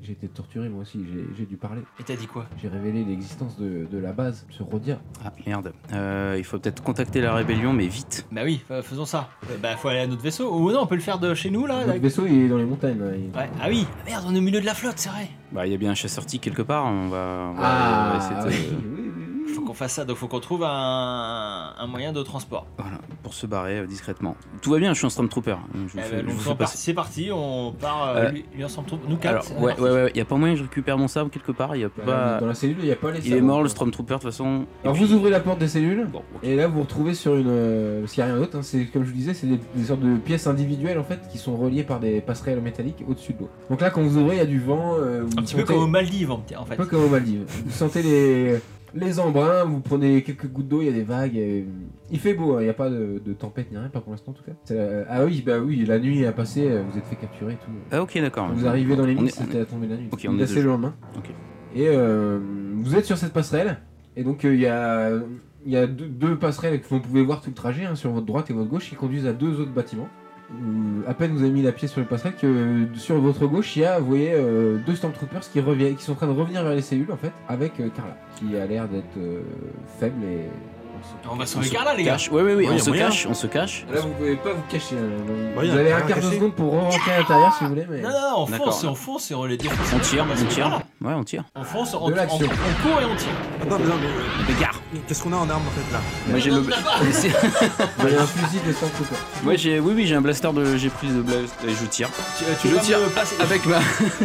Speaker 1: j'ai été torturé moi aussi, j'ai- j'ai dû parler.
Speaker 4: Et t'as dit quoi
Speaker 1: J'ai révélé l'existence de, de la base, ce Rodia.
Speaker 2: Ah merde. Euh, il faut peut-être contacter la rébellion, mais vite.
Speaker 4: Bah oui, fa- faisons ça. Euh, Bah faut aller à notre vaisseau. Ou non, on peut le faire de chez nous là
Speaker 1: Notre
Speaker 4: avec-
Speaker 1: vaisseau, il est dans les montagnes. hein, il-
Speaker 4: Ouais. Ah oui, merde, on est au milieu de la flotte, c'est vrai.
Speaker 2: Bah, il y a bien un chasseur-tic quelque part. On va, on va- on va
Speaker 1: Ah,
Speaker 2: essayer de-
Speaker 1: oui, oui, oui, oui.
Speaker 4: Faut qu'on fasse ça, donc faut qu'on trouve un, un moyen de transport.
Speaker 2: Voilà, pour se barrer euh, discrètement. Tout va bien, je suis un Stormtrooper. hein, Je vous
Speaker 4: Eh
Speaker 2: fais-
Speaker 4: ben,
Speaker 2: je
Speaker 4: donc, on
Speaker 2: vous fais
Speaker 4: part-
Speaker 2: passer.
Speaker 4: C'est parti, on part euh,
Speaker 2: Euh,
Speaker 4: lui, lui ensemble, tout- nous quatre.
Speaker 2: Alors,
Speaker 4: c'est
Speaker 2: ouais,
Speaker 4: parti.
Speaker 2: ouais, ouais, il y a pas moyen que je récupère mon sabre quelque part, il y a
Speaker 1: Dans
Speaker 2: pas.
Speaker 1: la- Dans la cellule, il n'y a pas les
Speaker 2: Il est
Speaker 1: sabres.
Speaker 2: mort le Stormtrooper de toute façon.
Speaker 1: Alors
Speaker 2: Et puis-
Speaker 1: vous ouvrez la porte des cellules,
Speaker 2: Bon, ok.
Speaker 1: et là vous vous retrouvez sur une... euh, Parce qu'il n'y a rien d'autre, hein, c'est comme je vous disais, c'est des, des sortes de pièces individuelles en fait qui sont reliées par des passerelles métalliques au-dessus de l'eau. Donc là quand vous ouvrez, il y a du vent... euh, vous
Speaker 4: Un petit peu
Speaker 1: sentez-
Speaker 4: comme aux Maldives en en fait.
Speaker 1: Un peu comme aux Maldives. Vous sentez les, les embruns, vous prenez quelques gouttes d'eau, il y a des vagues. et- Il fait beau, hein, il n'y a pas de, de tempête ni rien, pas pour l'instant en tout cas. C'est la- Ah oui, bah oui, la nuit a passé, vous êtes fait capturer et tout.
Speaker 2: Ah, ok, d'accord.
Speaker 1: Quand vous arrivez dans les
Speaker 2: On
Speaker 1: mines,
Speaker 2: est- on
Speaker 1: c'était la tombée de la nuit.
Speaker 2: Ok,
Speaker 1: C'était
Speaker 2: on est
Speaker 1: assez
Speaker 2: deux.
Speaker 1: le lendemain.
Speaker 2: Ok.
Speaker 1: Et euh, vous êtes sur cette passerelle, et donc euh, il y a. Il y a deux, deux passerelles que vous pouvez voir tout le trajet, hein, sur votre droite et votre gauche, qui conduisent à deux autres bâtiments. Où, à peine vous avez mis la pied sur les passerelles que euh, sur votre gauche, il y a, vous voyez, euh, deux Stormtroopers qui, reviennent, qui sont en train de revenir vers les cellules, en fait, avec euh, Carla, qui a l'air d'être euh, faible et...
Speaker 4: On va
Speaker 2: On
Speaker 4: sauver
Speaker 2: se
Speaker 4: Carla, les gars.
Speaker 2: cache. Ouais, ouais, ouais,
Speaker 3: Oui,
Speaker 2: on
Speaker 3: y a
Speaker 2: se
Speaker 3: moyen.
Speaker 2: cache, on se cache.
Speaker 1: Là, vous pouvez pas vous cacher. hein, donc
Speaker 3: Bah, y a
Speaker 1: vous avez
Speaker 3: rien
Speaker 1: un
Speaker 3: à
Speaker 1: quart de
Speaker 3: cacher.
Speaker 1: seconde pour rentrer à l'intérieur, si vous voulez, mais...
Speaker 4: Non, non, non, on
Speaker 2: D'accord.
Speaker 4: fonce et on fonce et on les défonce.
Speaker 2: On tire,
Speaker 4: va
Speaker 2: on
Speaker 4: sauver
Speaker 2: tire.
Speaker 4: Carla.
Speaker 2: Ouais, on tire.
Speaker 4: On fonce, on, on,
Speaker 1: De l'action.
Speaker 4: on court et on tire.
Speaker 3: Attends, mais non,
Speaker 2: [laughs]
Speaker 3: mais
Speaker 2: Dégare.
Speaker 3: euh, qu'est-ce qu'on a en arme en fait là
Speaker 2: Moi j'ai le.
Speaker 1: Vous avez un fusil de Stormtrooper.
Speaker 2: Moi j'ai. Oui, oui, j'ai un blaster de. J'ai pris le blaster et je tire.
Speaker 4: Tu, euh, tu
Speaker 2: Je
Speaker 4: vas
Speaker 2: tire
Speaker 4: me le passer,
Speaker 2: Avec ma.
Speaker 4: tu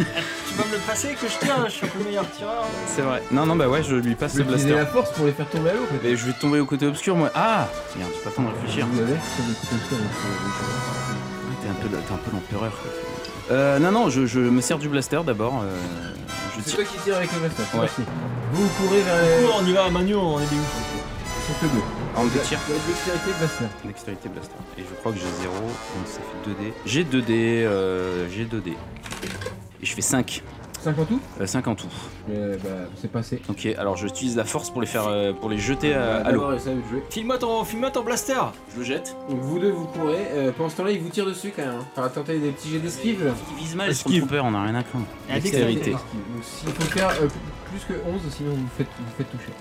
Speaker 4: vas me le passer que je tire, je suis le meilleur tireur.
Speaker 2: C'est vrai. Non, non, bah ouais, je lui passe
Speaker 1: Vous
Speaker 2: le
Speaker 1: utilisez
Speaker 2: blaster.
Speaker 1: la force pour les faire tomber à l'eau, peut-être.
Speaker 2: Mais je vais tomber au côté obscur, moi. Ah Merde, j'ai pas le temps de réfléchir. Ah,
Speaker 1: Vous avez sur le côté obscur, donc, euh,
Speaker 2: T'es un peu, t'es un peu l'empereur. quoi. Euh, non, non, je, je me sers du blaster d'abord. euh, je
Speaker 1: C'est
Speaker 2: tire.
Speaker 1: toi qui tire avec le blaster, c'est
Speaker 2: Ouais.
Speaker 1: parti. Vous courez vers les...
Speaker 4: Cours, on y va à Manu, on est des ouf.
Speaker 1: Sauf le deux.
Speaker 2: Ah, on le tire.
Speaker 1: Vous avez dextérité de blaster.
Speaker 2: Dextérité blaster. Et je crois que j'ai 0, donc ça fait 2D. J'ai 2D, euh, j'ai 2D. Et je fais 5.
Speaker 1: 5 en tout
Speaker 2: 5 en tout.
Speaker 1: Mais bah, c'est passé.
Speaker 2: Ok, alors j'utilise la force pour les faire, euh, pour les jeter à, à l'eau.
Speaker 1: D'abord, ça, vous jouez.
Speaker 4: Filme-moi ton, filme ton blaster.
Speaker 2: Je le jette.
Speaker 1: Donc vous deux, vous courez. Euh, pendant ce temps-là, ils vous tirent dessus quand même. hein. Enfin, tentez des petits jets d'esquive.
Speaker 2: Ils visent
Speaker 1: euh,
Speaker 2: mal, ils sont
Speaker 3: Esquive.
Speaker 2: trompeurs, on a rien à craindre.
Speaker 4: Ah,
Speaker 2: Dextérité.
Speaker 1: Donc s'il faut faire euh, plus que 11, sinon vous faites, vous faites toucher.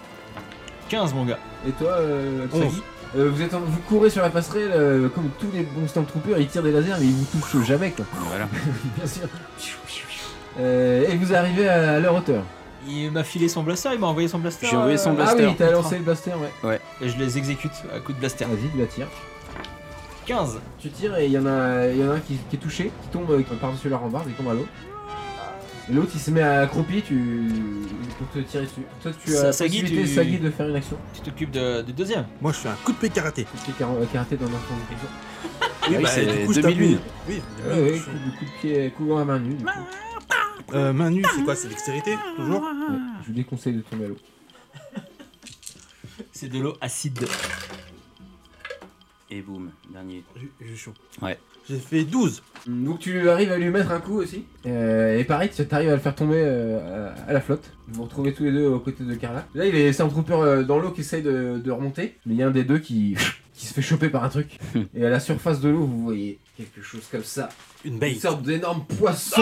Speaker 4: 15 mon gars.
Speaker 1: Et toi, euh,
Speaker 3: Onze.
Speaker 1: Tsagi Euh, vous, êtes en- vous courez sur la passerelle euh, comme tous les bons stormtroopers, ils tirent des lasers mais ils vous touchent jamais quoi.
Speaker 2: Voilà.
Speaker 1: [laughs] Bien sûr. Euh, et vous arrivez à leur hauteur.
Speaker 4: Il m'a filé son blaster, il m'a envoyé son blaster. euh,
Speaker 2: J'ai envoyé son blaster.
Speaker 1: Ah oui, t'as lancé le blaster, ouais.
Speaker 4: Et je les exécute à coup de blaster.
Speaker 1: Vas-y, tu la tires.
Speaker 4: 15.
Speaker 1: Tu tires et il y en a, il y en a un qui, qui est touché, qui tombe euh, par-dessus la rambarde et tombe à l'eau. Et L'autre il se met accroupi tu... pour te tirer dessus. Toi tu as
Speaker 4: Ça,
Speaker 1: la
Speaker 4: Sagi,
Speaker 1: possibilité
Speaker 4: tu-
Speaker 1: Sagi de faire une action.
Speaker 4: Tu t'occupes de- du deuxième.
Speaker 3: Moi je fais un coup de pied karaté.
Speaker 1: Tu fais car- karaté dans un instant de prison.
Speaker 2: Oui,
Speaker 3: bah,
Speaker 2: c'est
Speaker 3: du coup, je
Speaker 2: 2001.
Speaker 3: tape- Oui,
Speaker 1: Ouais, ouais, coup, de- coup de pied, coup à main nue. du coup.
Speaker 4: Ah.
Speaker 3: Euh, main nue, c'est quoi C'est Ah, dextérité Toujours
Speaker 1: Ouais, je vous déconseille de tomber à l'eau.
Speaker 4: C'est de l'eau acide.
Speaker 2: Et boum, dernier.
Speaker 3: J'ai- J'ai chaud.
Speaker 2: Ouais.
Speaker 3: J'ai fait 12.
Speaker 1: Donc tu arrives à lui mettre un coup aussi. Euh, et pareil, tu arrives à le faire tomber euh, à à la flotte. Vous vous retrouvez tous les deux aux côtés de Carla. Là, il est Stormtrooper euh, dans l'eau qui essaye de, de remonter. Mais il y a un des deux qui, [laughs] qui se fait choper par un
Speaker 2: [laughs]
Speaker 1: truc. Et à la surface de l'eau, vous voyez quelque chose comme ça.
Speaker 3: Une
Speaker 1: Une sorte d'énorme poisson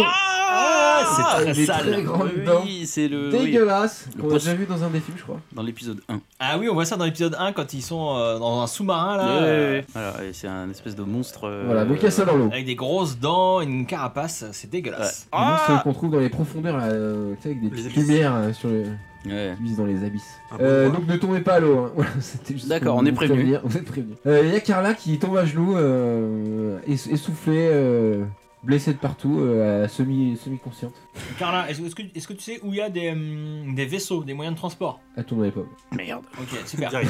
Speaker 2: Oh.
Speaker 4: Ah, c'est
Speaker 1: des
Speaker 4: très sale.
Speaker 1: très grandes
Speaker 2: Oui,
Speaker 1: dents.
Speaker 2: c'est le. Euh, oui,
Speaker 1: Dégueulasse
Speaker 2: Le
Speaker 1: Qu'on a
Speaker 2: poisson.
Speaker 1: déjà vu dans un des films, je crois.
Speaker 2: dans l'épisode 1.
Speaker 4: Ah oui, on voit ça dans l'épisode 1 quand ils sont euh, dans un sous-marin là. euh,
Speaker 2: Voilà, et c'est un espèce de monstre. euh,
Speaker 1: Ah. Voilà, donc il y a ça dans l'eau.
Speaker 4: Avec des grosses dents, une carapace, c'est dégueulasse.
Speaker 2: Ah
Speaker 1: Les monstres qu'on trouve dans les profondeurs, là, euh, tu sais, avec des petites
Speaker 3: abysses.
Speaker 1: lumières euh, sur le...
Speaker 2: Ouais.
Speaker 1: glisse dans les abysses.
Speaker 3: Ah bon,
Speaker 1: Euh,
Speaker 3: ouais.
Speaker 1: donc ne tombez pas à l'eau. hein. [laughs] Voilà, c'était juste
Speaker 2: D'accord,
Speaker 1: pour
Speaker 2: on est
Speaker 1: vous
Speaker 2: prévenus.
Speaker 1: prévenir. Vous êtes prévenus. Euh, Il y a Carla qui tombe à genoux, euh, ess- essoufflée, euh, blessée de partout, euh, à semi, semi-consciente.
Speaker 4: Carla, est-ce est-ce que, est-ce que tu sais où il y a des, hum, des vaisseaux, des moyens de transport
Speaker 1: Elle tombe dans les pommes.
Speaker 2: Merde.
Speaker 4: Ok, super.
Speaker 3: Direct.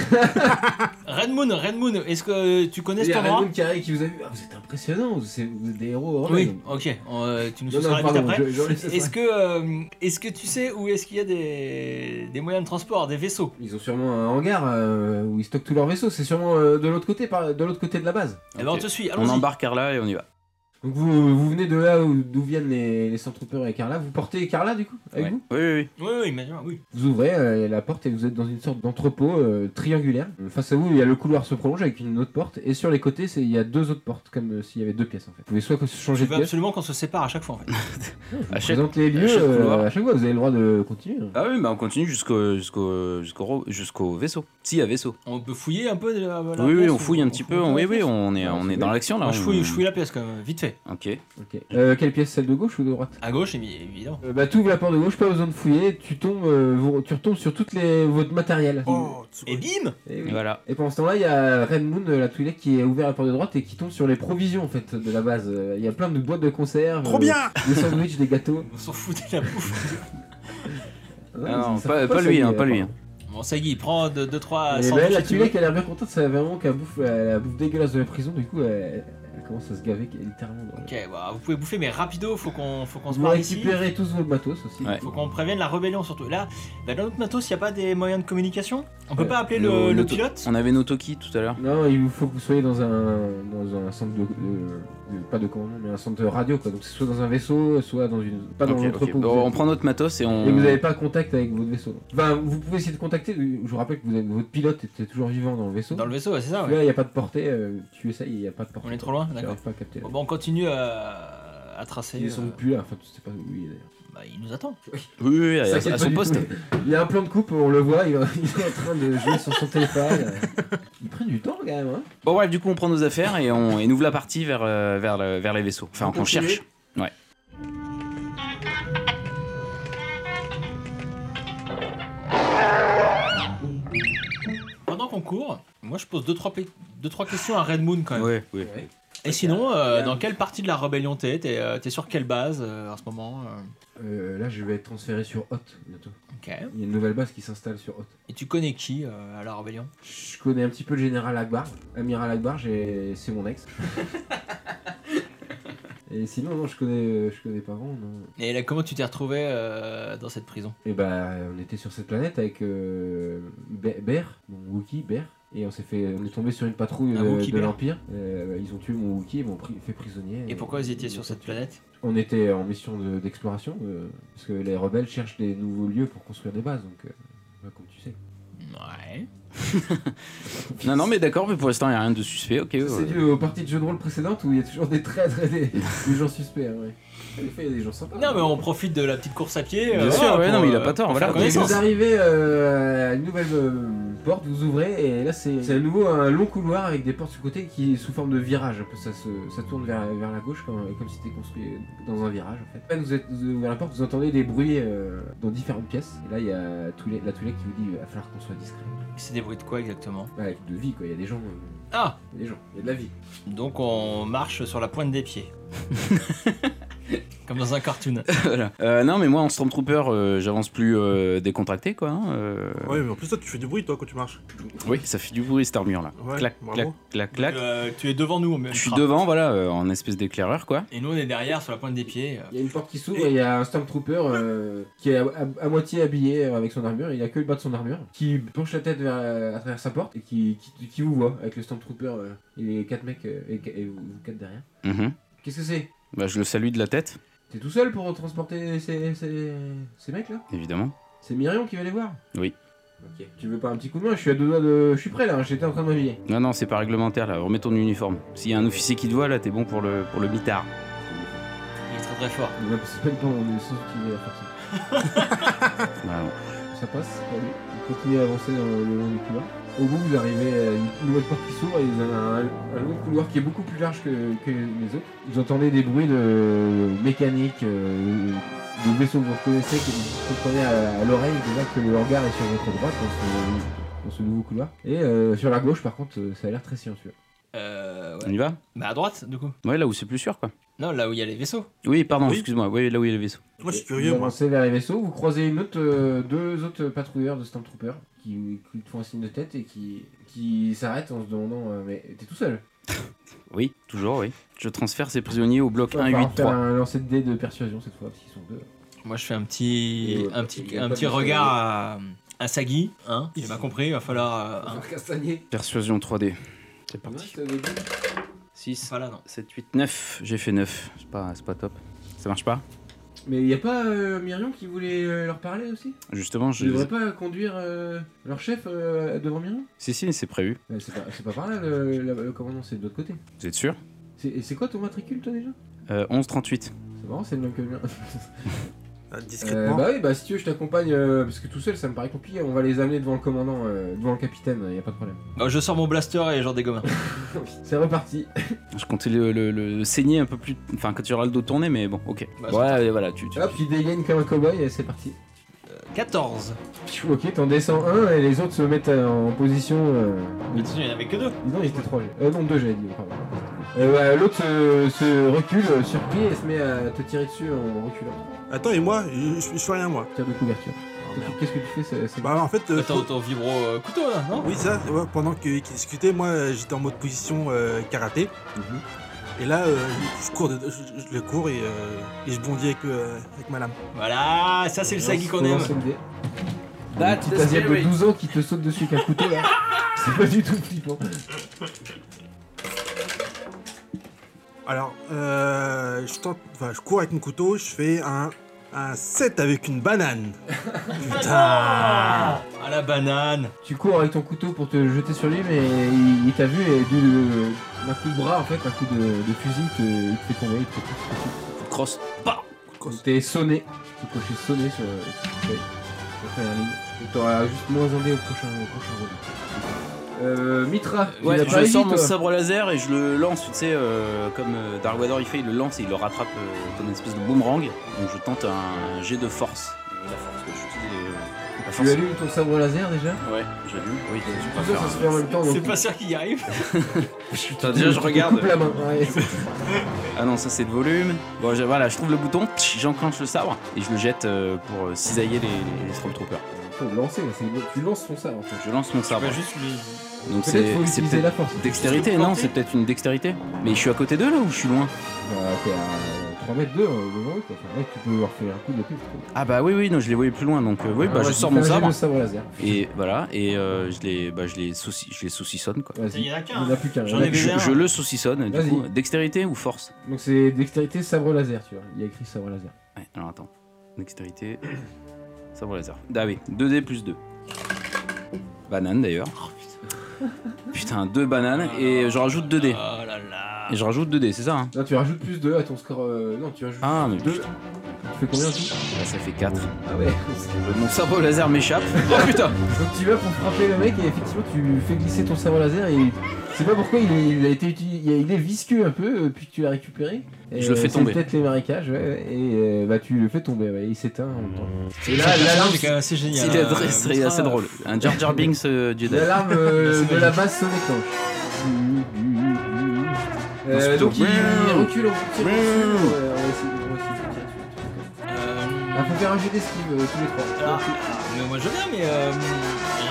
Speaker 4: Red Moon, Red Moon, est-ce que tu connais
Speaker 1: Il y
Speaker 4: cet
Speaker 1: a
Speaker 4: endroit
Speaker 1: Raymond qui arrive, qui vous a vu. Ah, vous êtes impressionnant, vous, c'est- vous êtes des héros.
Speaker 4: Oui,
Speaker 1: hein.
Speaker 4: ok, euh, tu nous
Speaker 1: Non, non,
Speaker 4: souceras la bite
Speaker 1: pardon,
Speaker 4: après.
Speaker 1: je- je laisse ça.
Speaker 4: Est-ce que, euh, est-ce que tu sais où est-ce qu'il y a des, des moyens de transport, des vaisseaux
Speaker 1: Ils ont sûrement un hangar euh, où ils stockent tous leurs vaisseaux. C'est sûrement euh, de l'autre côté, par- de l'autre côté de la base.
Speaker 4: Eh ben on te suit,
Speaker 2: On
Speaker 4: allons-y.
Speaker 2: embarque Carla et on y va.
Speaker 1: Donc vous, vous venez de là où- d'où viennent les, les Stormtroopers et Carla. Vous portez Carla du coup avec
Speaker 2: Ouais.
Speaker 1: vous
Speaker 2: Oui, oui, oui.
Speaker 4: Oui, oui, imagine, oui.
Speaker 1: Vous ouvrez euh, la porte et vous êtes dans une sorte d'entrepôt euh, triangulaire. Euh, Face à vous, il y a le couloir se prolonge avec une autre porte et sur les côtés, c'est- il y a deux autres portes, comme euh, s'il y avait deux pièces en fait. Vous pouvez soit changer
Speaker 4: Je
Speaker 1: de
Speaker 4: veux
Speaker 1: pièce.
Speaker 4: absolument qu'on se sépare à chaque fois en fait.
Speaker 1: Je vous
Speaker 2: À chaque-
Speaker 1: présente les lieux
Speaker 2: chaque
Speaker 1: euh,
Speaker 2: couloir.
Speaker 1: à chaque fois, vous avez le droit de continuer. hein.
Speaker 2: Ah oui, bah on continue jusqu'au jusqu'au jusqu'au jusqu'au vaisseau. Si, à vaisseau.
Speaker 4: On peut fouiller un peu de la, la
Speaker 2: oui, oui,
Speaker 4: pièce
Speaker 2: on
Speaker 4: ou-
Speaker 2: fouille un petit peu.
Speaker 4: fouille
Speaker 2: Oui,
Speaker 4: la
Speaker 2: oui,
Speaker 4: pièce
Speaker 2: on est
Speaker 1: Ouais,
Speaker 2: on
Speaker 1: c'est
Speaker 2: est dans
Speaker 1: bien.
Speaker 2: l'action là.
Speaker 4: Moi, je,
Speaker 2: on-
Speaker 4: fouille, je fouille la pièce quand même, vite fait.
Speaker 2: Ok.
Speaker 1: Ok. Euh, quelle pièce Celle de gauche ou de droite
Speaker 4: À gauche, évi- évidemment.
Speaker 1: Euh, Bah, tu ouvres la porte de gauche, pas besoin de fouiller. Tu tombes, euh, vous- tu retombes sur toutes les votre matériel.
Speaker 3: Oh, Tsuboshi.
Speaker 4: Et bim
Speaker 1: Et, oui.
Speaker 2: Voilà.
Speaker 1: Et pendant ce temps-là, il y a Red Moon, euh, la Twi'lek, qui est ouvert la porte de droite et qui tombe sur les provisions en fait de la base. Euh, Il y a plein de boîtes de conserve,
Speaker 3: Trop
Speaker 1: euh,
Speaker 3: bien
Speaker 1: des sandwichs, des gâteaux.
Speaker 4: On s'en fout de la bouffe.
Speaker 2: Ah non,
Speaker 1: ça- ça
Speaker 2: pas,
Speaker 1: fait
Speaker 2: pas
Speaker 1: ça,
Speaker 2: lui,
Speaker 1: il-
Speaker 2: hein, pas lui. hein.
Speaker 4: [laughs] Bon, Sagui, prends 2-3
Speaker 1: Et bah, la Tulek elle a l'air bien contente, ça avait vraiment qu'elle bouffe euh, la bouffe dégueulasse de la prison, du coup elle, elle commence à se gaver qu'elle est littéralement. dans le-
Speaker 4: Ok, bah, vous pouvez bouffer, mais rapido, faut qu'on faut qu'on se
Speaker 1: Vous
Speaker 4: barre ici.
Speaker 1: récupérez tous vos matos aussi.
Speaker 2: Ouais.
Speaker 4: Faut qu'on prévienne la rébellion surtout. Là, bah, dans notre matos, il a pas des moyens de communication On peut
Speaker 1: Ouais.
Speaker 4: pas appeler le,
Speaker 2: Nos-
Speaker 4: le
Speaker 2: nos to-
Speaker 4: pilote
Speaker 2: On avait nos Toki tout à l'heure.
Speaker 1: Non, il vous faut que vous soyez dans un, dans un centre de, de- de- Pas de commandement, mais un centre de radio quoi. Donc c'est soit dans un vaisseau, soit dans une. Pas dans
Speaker 2: Ok, ok.
Speaker 1: l'entrepôt.
Speaker 2: Bon,
Speaker 1: Vous
Speaker 2: on
Speaker 1: êtes-
Speaker 2: prend notre matos et on.
Speaker 1: Et vous n'avez pas contact avec votre vaisseau. Enfin, vous pouvez essayer de contacter. euh, Je vous rappelle que vous avez- votre pilote était toujours vivant dans le vaisseau.
Speaker 4: Dans le vaisseau, ouais, c'est ça, ouais.
Speaker 1: Là, il n'y a pas de portée. euh, tu essayes, il n'y a pas de portée.
Speaker 4: On est trop loin,
Speaker 1: Tu
Speaker 4: d'accord.
Speaker 1: n'arrives pas à capter.
Speaker 4: Bon, bah, on continue euh, à tracer.
Speaker 1: Ils sont
Speaker 4: euh,
Speaker 1: plus là. Enfin, tu sais pas où il est.
Speaker 4: bah, il nous attend.
Speaker 2: Oui, oui, oui, à,
Speaker 1: Ça,
Speaker 2: à
Speaker 1: c'est pas
Speaker 2: son
Speaker 1: du
Speaker 2: poste.
Speaker 1: tout. Il y a un plan de coupe, on le voit, il, est- il est en [laughs] train de jouer sur son téléphone. Il prend du temps quand même. Hein.
Speaker 2: Bon, bref, du coup, on prend nos affaires et on et nous la partie vers, euh, vers, le- vers les vaisseaux. Enfin,
Speaker 1: On
Speaker 2: qu'on
Speaker 1: continue.
Speaker 2: cherche. Ouais.
Speaker 4: Pendant qu'on court, moi je pose 2-3 trois pe- deux, trois questions à Red Moon quand même.
Speaker 2: Ouais, ouais.
Speaker 1: Ouais.
Speaker 4: Et sinon, euh, dans quelle partie de la rébellion t'es T'es euh, t'es sur quelle base euh, en ce moment euh
Speaker 1: Euh, là, je vais être transféré sur Hot bientôt.
Speaker 4: Ok.
Speaker 1: Il y a une nouvelle base qui s'installe sur Hot.
Speaker 4: Et tu connais qui euh, à la rébellion
Speaker 1: Je connais un petit peu le général Akbar. Amiral Akbar, j'ai- c'est mon [laughs] ex. Et sinon, non, je connais, euh, je connais pas vraiment. non.
Speaker 4: Et là, comment tu t'es retrouvé euh, dans cette prison
Speaker 1: Et bah, on était sur cette planète avec euh, Be- Bear, mon Wookie, Bear. Et on s'est fait, on est tombé sur une patrouille
Speaker 4: Un
Speaker 1: de,
Speaker 4: Wookie
Speaker 1: de
Speaker 4: Bear.
Speaker 1: l'Empire. Euh, ils ont tué mon Wookie, ils m'ont pris- fait prisonnier.
Speaker 4: Et pourquoi vous étiez sur
Speaker 1: cette
Speaker 4: cette planète
Speaker 1: On était en mission de- d'exploration, euh, parce que les rebelles cherchent des nouveaux lieux pour construire des bases, donc euh, ouais, comme tu sais.
Speaker 4: Ouais.
Speaker 2: Non, non, mais euh, d'accord, mais pour l'instant, il n'y a rien de suspect. Ok, ouais.
Speaker 1: C'est dû aux parties de jeux de rôle précédentes où il y a toujours des traîtres et [laughs] des, des gens suspects, hein, ouais. En effet, il y a des gens sympas.
Speaker 4: Non, mais on profite de la petite course à pied. euh,
Speaker 2: Bien sûr, ouais, non, mais il a pas tort,
Speaker 4: pour
Speaker 2: voilà.
Speaker 4: faire
Speaker 1: Et
Speaker 4: Ah, connaissance.
Speaker 1: vous arrivez euh, à une nouvelle euh, porte, vous ouvrez et là c'est c'est à nouveau un long couloir avec des portes sur le côté qui sous forme de virage. Un peu, ça, se- ça tourne vers, vers la gauche comme, comme si c'était construit dans un virage en fait. Quand vous êtes vous avez ouvert la porte, vous entendez des bruits euh, dans différentes pièces. Et là il y a Toulet- la Toulette qui vous dit il va falloir qu'on soit discret.
Speaker 4: C'est des bruits de quoi exactement
Speaker 1: Bah, avec de vie quoi, il y a des gens, euh,
Speaker 4: Ah
Speaker 1: il y a des gens, il y a de la vie.
Speaker 2: [laughs]
Speaker 4: Donc on marche sur la pointe des pieds. Comme dans un cartoon.
Speaker 2: [laughs] Voilà. Euh, non, mais moi en Stormtrooper, euh, j'avance plus euh, décontracté quoi. hein, euh,
Speaker 3: Ouais, mais en plus, toi, tu fais du bruit, toi, quand tu marches.
Speaker 2: Oui, ça fait du bruit cette armure là.
Speaker 3: Ouais,
Speaker 2: clac,
Speaker 3: bravo.
Speaker 2: clac, clac, clac.
Speaker 4: Euh, tu es devant nous, même.
Speaker 2: Je suis devant, voilà, euh, en espèce d'éclaireur quoi.
Speaker 4: Et nous, on est derrière, sur la pointe des pieds. euh.
Speaker 1: Il y a une porte qui s'ouvre et il y a un Stormtrooper euh, qui est à, à- à moitié habillé euh, avec son armure, il a que le bas de son armure, qui penche la tête vers, euh, à travers sa porte et qui, qui, qui vous voit avec le Stormtrooper euh, et les quatre mecs euh, et, et vous, vous quatre derrière.
Speaker 2: Mhm.
Speaker 1: Qu'est-ce que c'est
Speaker 2: Bah, je le salue de la tête,
Speaker 1: T'es tout seul pour transporter ces, ces, ces mecs là
Speaker 2: évidemment.
Speaker 1: C'est Myrion qui va les voir
Speaker 2: Oui.
Speaker 1: Ok. Tu veux pas un petit coup de main Je suis à deux doigts de. Je suis prêt là, j'étais en train de m'habiller.
Speaker 2: Non, non, c'est pas réglementaire là, remets ton uniforme. S'il y a un officier qui te voit là, t'es bon pour le, pour le mitard.
Speaker 4: Il est très très fort.
Speaker 1: Ouais, parce que C'est même pas mon sens utiliser la force.
Speaker 2: Voilà, bon.
Speaker 1: Ça passe, pas lui. Vous continuez à avancer dans le long du couloir. Au bout, vous arrivez à une nouvelle porte qui s'ouvre et vous avez un, un long couloir qui est beaucoup plus large que, que les autres. Vous entendez des bruits de mécanique, euh, de vaisseaux que vous reconnaissez, que vous comprenez à, à l'oreille déjà que le hangar est sur votre droite dans ce, dans ce nouveau couloir. Et euh, sur la gauche, par contre, euh, ça a l'air très silencieux.
Speaker 4: Euh,
Speaker 2: On
Speaker 4: ouais.
Speaker 2: y va
Speaker 4: Bah, à droite, du coup.
Speaker 2: Ouais, là où c'est plus sûr quoi.
Speaker 4: Non, là où il y a les vaisseaux.
Speaker 2: Oui, pardon,
Speaker 3: Oui.
Speaker 2: excuse-moi, oui, là où il y a le vaisseau.
Speaker 3: Moi, je suis
Speaker 1: vous
Speaker 3: curieux, moi.
Speaker 1: avancez vers les vaisseaux, vous croisez une autre, euh, deux autres patrouilleurs de Stormtroopers qui, qui te font un signe de tête et qui, qui s'arrêtent en se demandant euh, Mais t'es tout seul
Speaker 2: Oui, toujours, oui. Je transfère ces prisonniers au bloc
Speaker 1: On va faire
Speaker 2: 183.
Speaker 1: un lancer de dés de persuasion cette fois, parce qu'ils sont deux.
Speaker 4: Moi, je fais un petit,
Speaker 1: Et ouais,
Speaker 4: un
Speaker 1: il
Speaker 4: petit,
Speaker 1: y a
Speaker 4: un
Speaker 1: pas
Speaker 4: petit
Speaker 1: de-
Speaker 4: regard à, à Sagi. Hein J'ai
Speaker 1: Ici.
Speaker 4: pas compris, il va falloir. euh, un-
Speaker 1: castagner.
Speaker 2: Persuasion 3D. C'est
Speaker 1: Ouais,
Speaker 2: parti.
Speaker 1: c'est au début.
Speaker 2: 6,
Speaker 4: Voilà, non.
Speaker 2: 7, 8, 9. J'ai fait 9. C'est pas, c'est pas top. Ça marche pas
Speaker 1: Mais il a pas euh, Myrion qui voulait euh, leur parler aussi
Speaker 2: Justement, je.
Speaker 1: Je devrais pas conduire euh, leur chef euh, devant Myrion
Speaker 2: Si, si, c'est prévu.
Speaker 1: Euh, C'est pas, c'est pas par là le, la- euh, le commandant, c'est de l'autre côté.
Speaker 2: Vous êtes sûr
Speaker 1: C'est et c'est quoi ton matricule toi déjà
Speaker 2: euh, 11, 38.
Speaker 1: C'est marrant, c'est le même que le mien.
Speaker 3: Ah,
Speaker 1: Euh,
Speaker 3: Discrètement.
Speaker 1: bah oui, bah si tu veux, je t'accompagne euh, parce que tout seul ça me paraît compliqué. On va les amener devant le commandant, euh, devant le capitaine, y a pas de problème.
Speaker 4: Bah, je sors mon blaster et genre des gommes.
Speaker 1: C'est
Speaker 2: [laughs]
Speaker 1: reparti.
Speaker 2: Je comptais le, le- le saigner un peu plus. Enfin, quand tu auras le dos tourné, mais bon, ok.
Speaker 4: Bah,
Speaker 2: ouais, allez, voilà, tu. tu-
Speaker 1: Hop, il dégaine comme un cowboy et c'est parti.
Speaker 4: 14.
Speaker 1: Pfiou, Ok, t'en descends un et les autres se mettent euh, en position. euh,
Speaker 4: Mais tu sais, il y en avait que deux.
Speaker 1: Disons, il était 3 Euh, non, 2 j'avais dit, pardon. Euh, ouais, L'autre se, se recule, euh, surpris, et se met à te tirer dessus en reculant.
Speaker 3: Attends, et moi, je, je- je fais rien, moi.
Speaker 1: Tir de couverture. Qu'est-ce que tu fais c'est- c'est-
Speaker 3: Bah, en fait. euh,
Speaker 4: Attends, ton vibro euh, couteau là, non
Speaker 3: Oui, ça, ouais, pendant que- qu'ils discutaient, moi euh, j'étais en mode position euh, karaté.
Speaker 1: Mhm.
Speaker 3: Et là, euh, je, cours de- je- je le cours et, euh, et je bondis avec, euh, avec ma lame.
Speaker 4: Voilà, ça c'est le Sagi qu'on
Speaker 1: Faut
Speaker 4: aime.
Speaker 1: lancer le dé.
Speaker 2: That's
Speaker 1: Une
Speaker 2: the
Speaker 1: petite asiate de
Speaker 2: spirit.
Speaker 1: 12 ans qui te saute dessus avec un couteau
Speaker 4: [laughs]
Speaker 1: là. C'est pas du tout flippant.
Speaker 3: Alors, euh, je, tente, enfin, je cours avec mon couteau, je fais un, un 7 avec une banane. Putain
Speaker 4: À la banane.
Speaker 1: Tu cours avec ton couteau pour te jeter sur lui, mais il, il t'a vu et du- de- d'un coup de bras, en fait, un coup de, de fusil, il te, il te fait tomber. Il te fait
Speaker 2: Cross.
Speaker 1: Donc t'es sonné. Tu peux cocher sonné sur euh, sur la première ligne. Donc t'auras juste moins un dé au prochain, au prochain round. Euh, Mitra, tu
Speaker 2: Ouais,
Speaker 1: l'as pas
Speaker 2: je sors
Speaker 1: dit,
Speaker 2: mon
Speaker 1: toi
Speaker 2: sabre laser et je le lance, tu sais, euh, comme euh, Dark Vador il fait, il le lance et il le rattrape euh, comme une espèce de boomerang. Donc je tente un jet de force. Euh, La force que j'utilise. euh, la
Speaker 1: Tu allumes ton sabre laser déjà
Speaker 2: Ouais, j'allume. Oui, je
Speaker 1: Tout ça, ça se fait en même temps.
Speaker 4: C'est
Speaker 1: donc
Speaker 4: pas sûr qu'il y arrive.
Speaker 2: Putain, déjà je
Speaker 1: tu te
Speaker 2: regarde.
Speaker 1: coupes la main. Ouais.
Speaker 2: [laughs] Ah non, ça c'est de volume. Bon, je- voilà, je trouve le bouton, tch, j'enclenche le sabre et je le jette euh, pour euh, cisailler les, les, les Stormtroopers.
Speaker 1: Faut le lancer, là, c'est- tu lances ton sabre. en fait.
Speaker 2: Je lance mon
Speaker 4: Tu
Speaker 2: sabre.
Speaker 4: vas Bah, juste lui.
Speaker 2: Donc
Speaker 1: Peut-être
Speaker 2: c'est
Speaker 1: faut
Speaker 2: c'est
Speaker 1: utiliser
Speaker 2: peut-être
Speaker 1: la force.
Speaker 2: dextérité, non
Speaker 4: planter.
Speaker 2: C'est peut-être une dextérité. Mais je suis à côté d'eux là ou je suis loin
Speaker 1: Bah, t'es à 3 mètres 2 devant eux, quoi. Enfin, ouais, tu peux leur faire un coup de pute.
Speaker 2: Ah bah oui, oui, non, je les voyais plus loin. Donc euh, oui, bah je sors mon
Speaker 1: sabre.
Speaker 2: sabre.
Speaker 1: sabre laser.
Speaker 2: Et voilà, et euh, je, les, bah, je, les sauci- je les saucissonne quoi.
Speaker 1: Vas-y.
Speaker 4: Il y en a qu'un,
Speaker 1: Il y en a plus qu'un.
Speaker 4: J'en ai
Speaker 1: Ouais.
Speaker 4: vu
Speaker 2: Je,
Speaker 4: un.
Speaker 2: je le saucissonne, du
Speaker 1: Vas-y.
Speaker 2: coup, dextérité ou force
Speaker 1: Donc c'est dextérité sabre laser, tu vois. Il y a écrit sabre laser.
Speaker 2: Ouais, alors attends. Dextérité. Sabre laser. Ah oui, 2D plus 2. Banane d'ailleurs. Putain, 2 bananes et je rajoute 2D.
Speaker 4: Oh là là.
Speaker 2: Et je rajoute 2D, c'est ça hein
Speaker 1: Non, tu rajoutes plus 2 à ton score. euh, Non, tu rajoutes
Speaker 2: Ah, mais
Speaker 1: 2. Tu
Speaker 2: putain,
Speaker 1: fais combien en tout
Speaker 2: là, ça fait 4.
Speaker 1: Ah ouais.
Speaker 2: Mon sabre laser m'échappe. [laughs] Oh putain
Speaker 1: Donc tu vas pour frapper le mec et effectivement tu fais glisser ton sabre laser et il- je sais pas pourquoi il, est- il a été uti- il, a- il est visqueux un peu euh, puis que tu l'as récupéré. Et,
Speaker 2: Je le fais
Speaker 1: c'est
Speaker 2: tomber.
Speaker 1: Peut-être les marécages ouais, et euh, bah tu le fais tomber ouais, il s'éteint en même temps. Et là
Speaker 4: Ah,
Speaker 1: l'alarme
Speaker 4: c'est quand même assez génial.
Speaker 2: C'est
Speaker 4: hein,
Speaker 2: vrai,
Speaker 4: Mitra,
Speaker 2: c'est assez
Speaker 4: euh,
Speaker 2: drôle. Un Jar Jar Binks euh, du dev.
Speaker 1: l'alarme, euh,
Speaker 4: C'est
Speaker 1: de la
Speaker 4: magique.
Speaker 1: base se déclenche. Euh, donc il, il recule en petit peu. Euh, on va essayer- on va essayer de tirer. Il faut faire un jeu d'esquive euh, tous les trois.
Speaker 4: Ah, mais moi je veux bien, mais euh,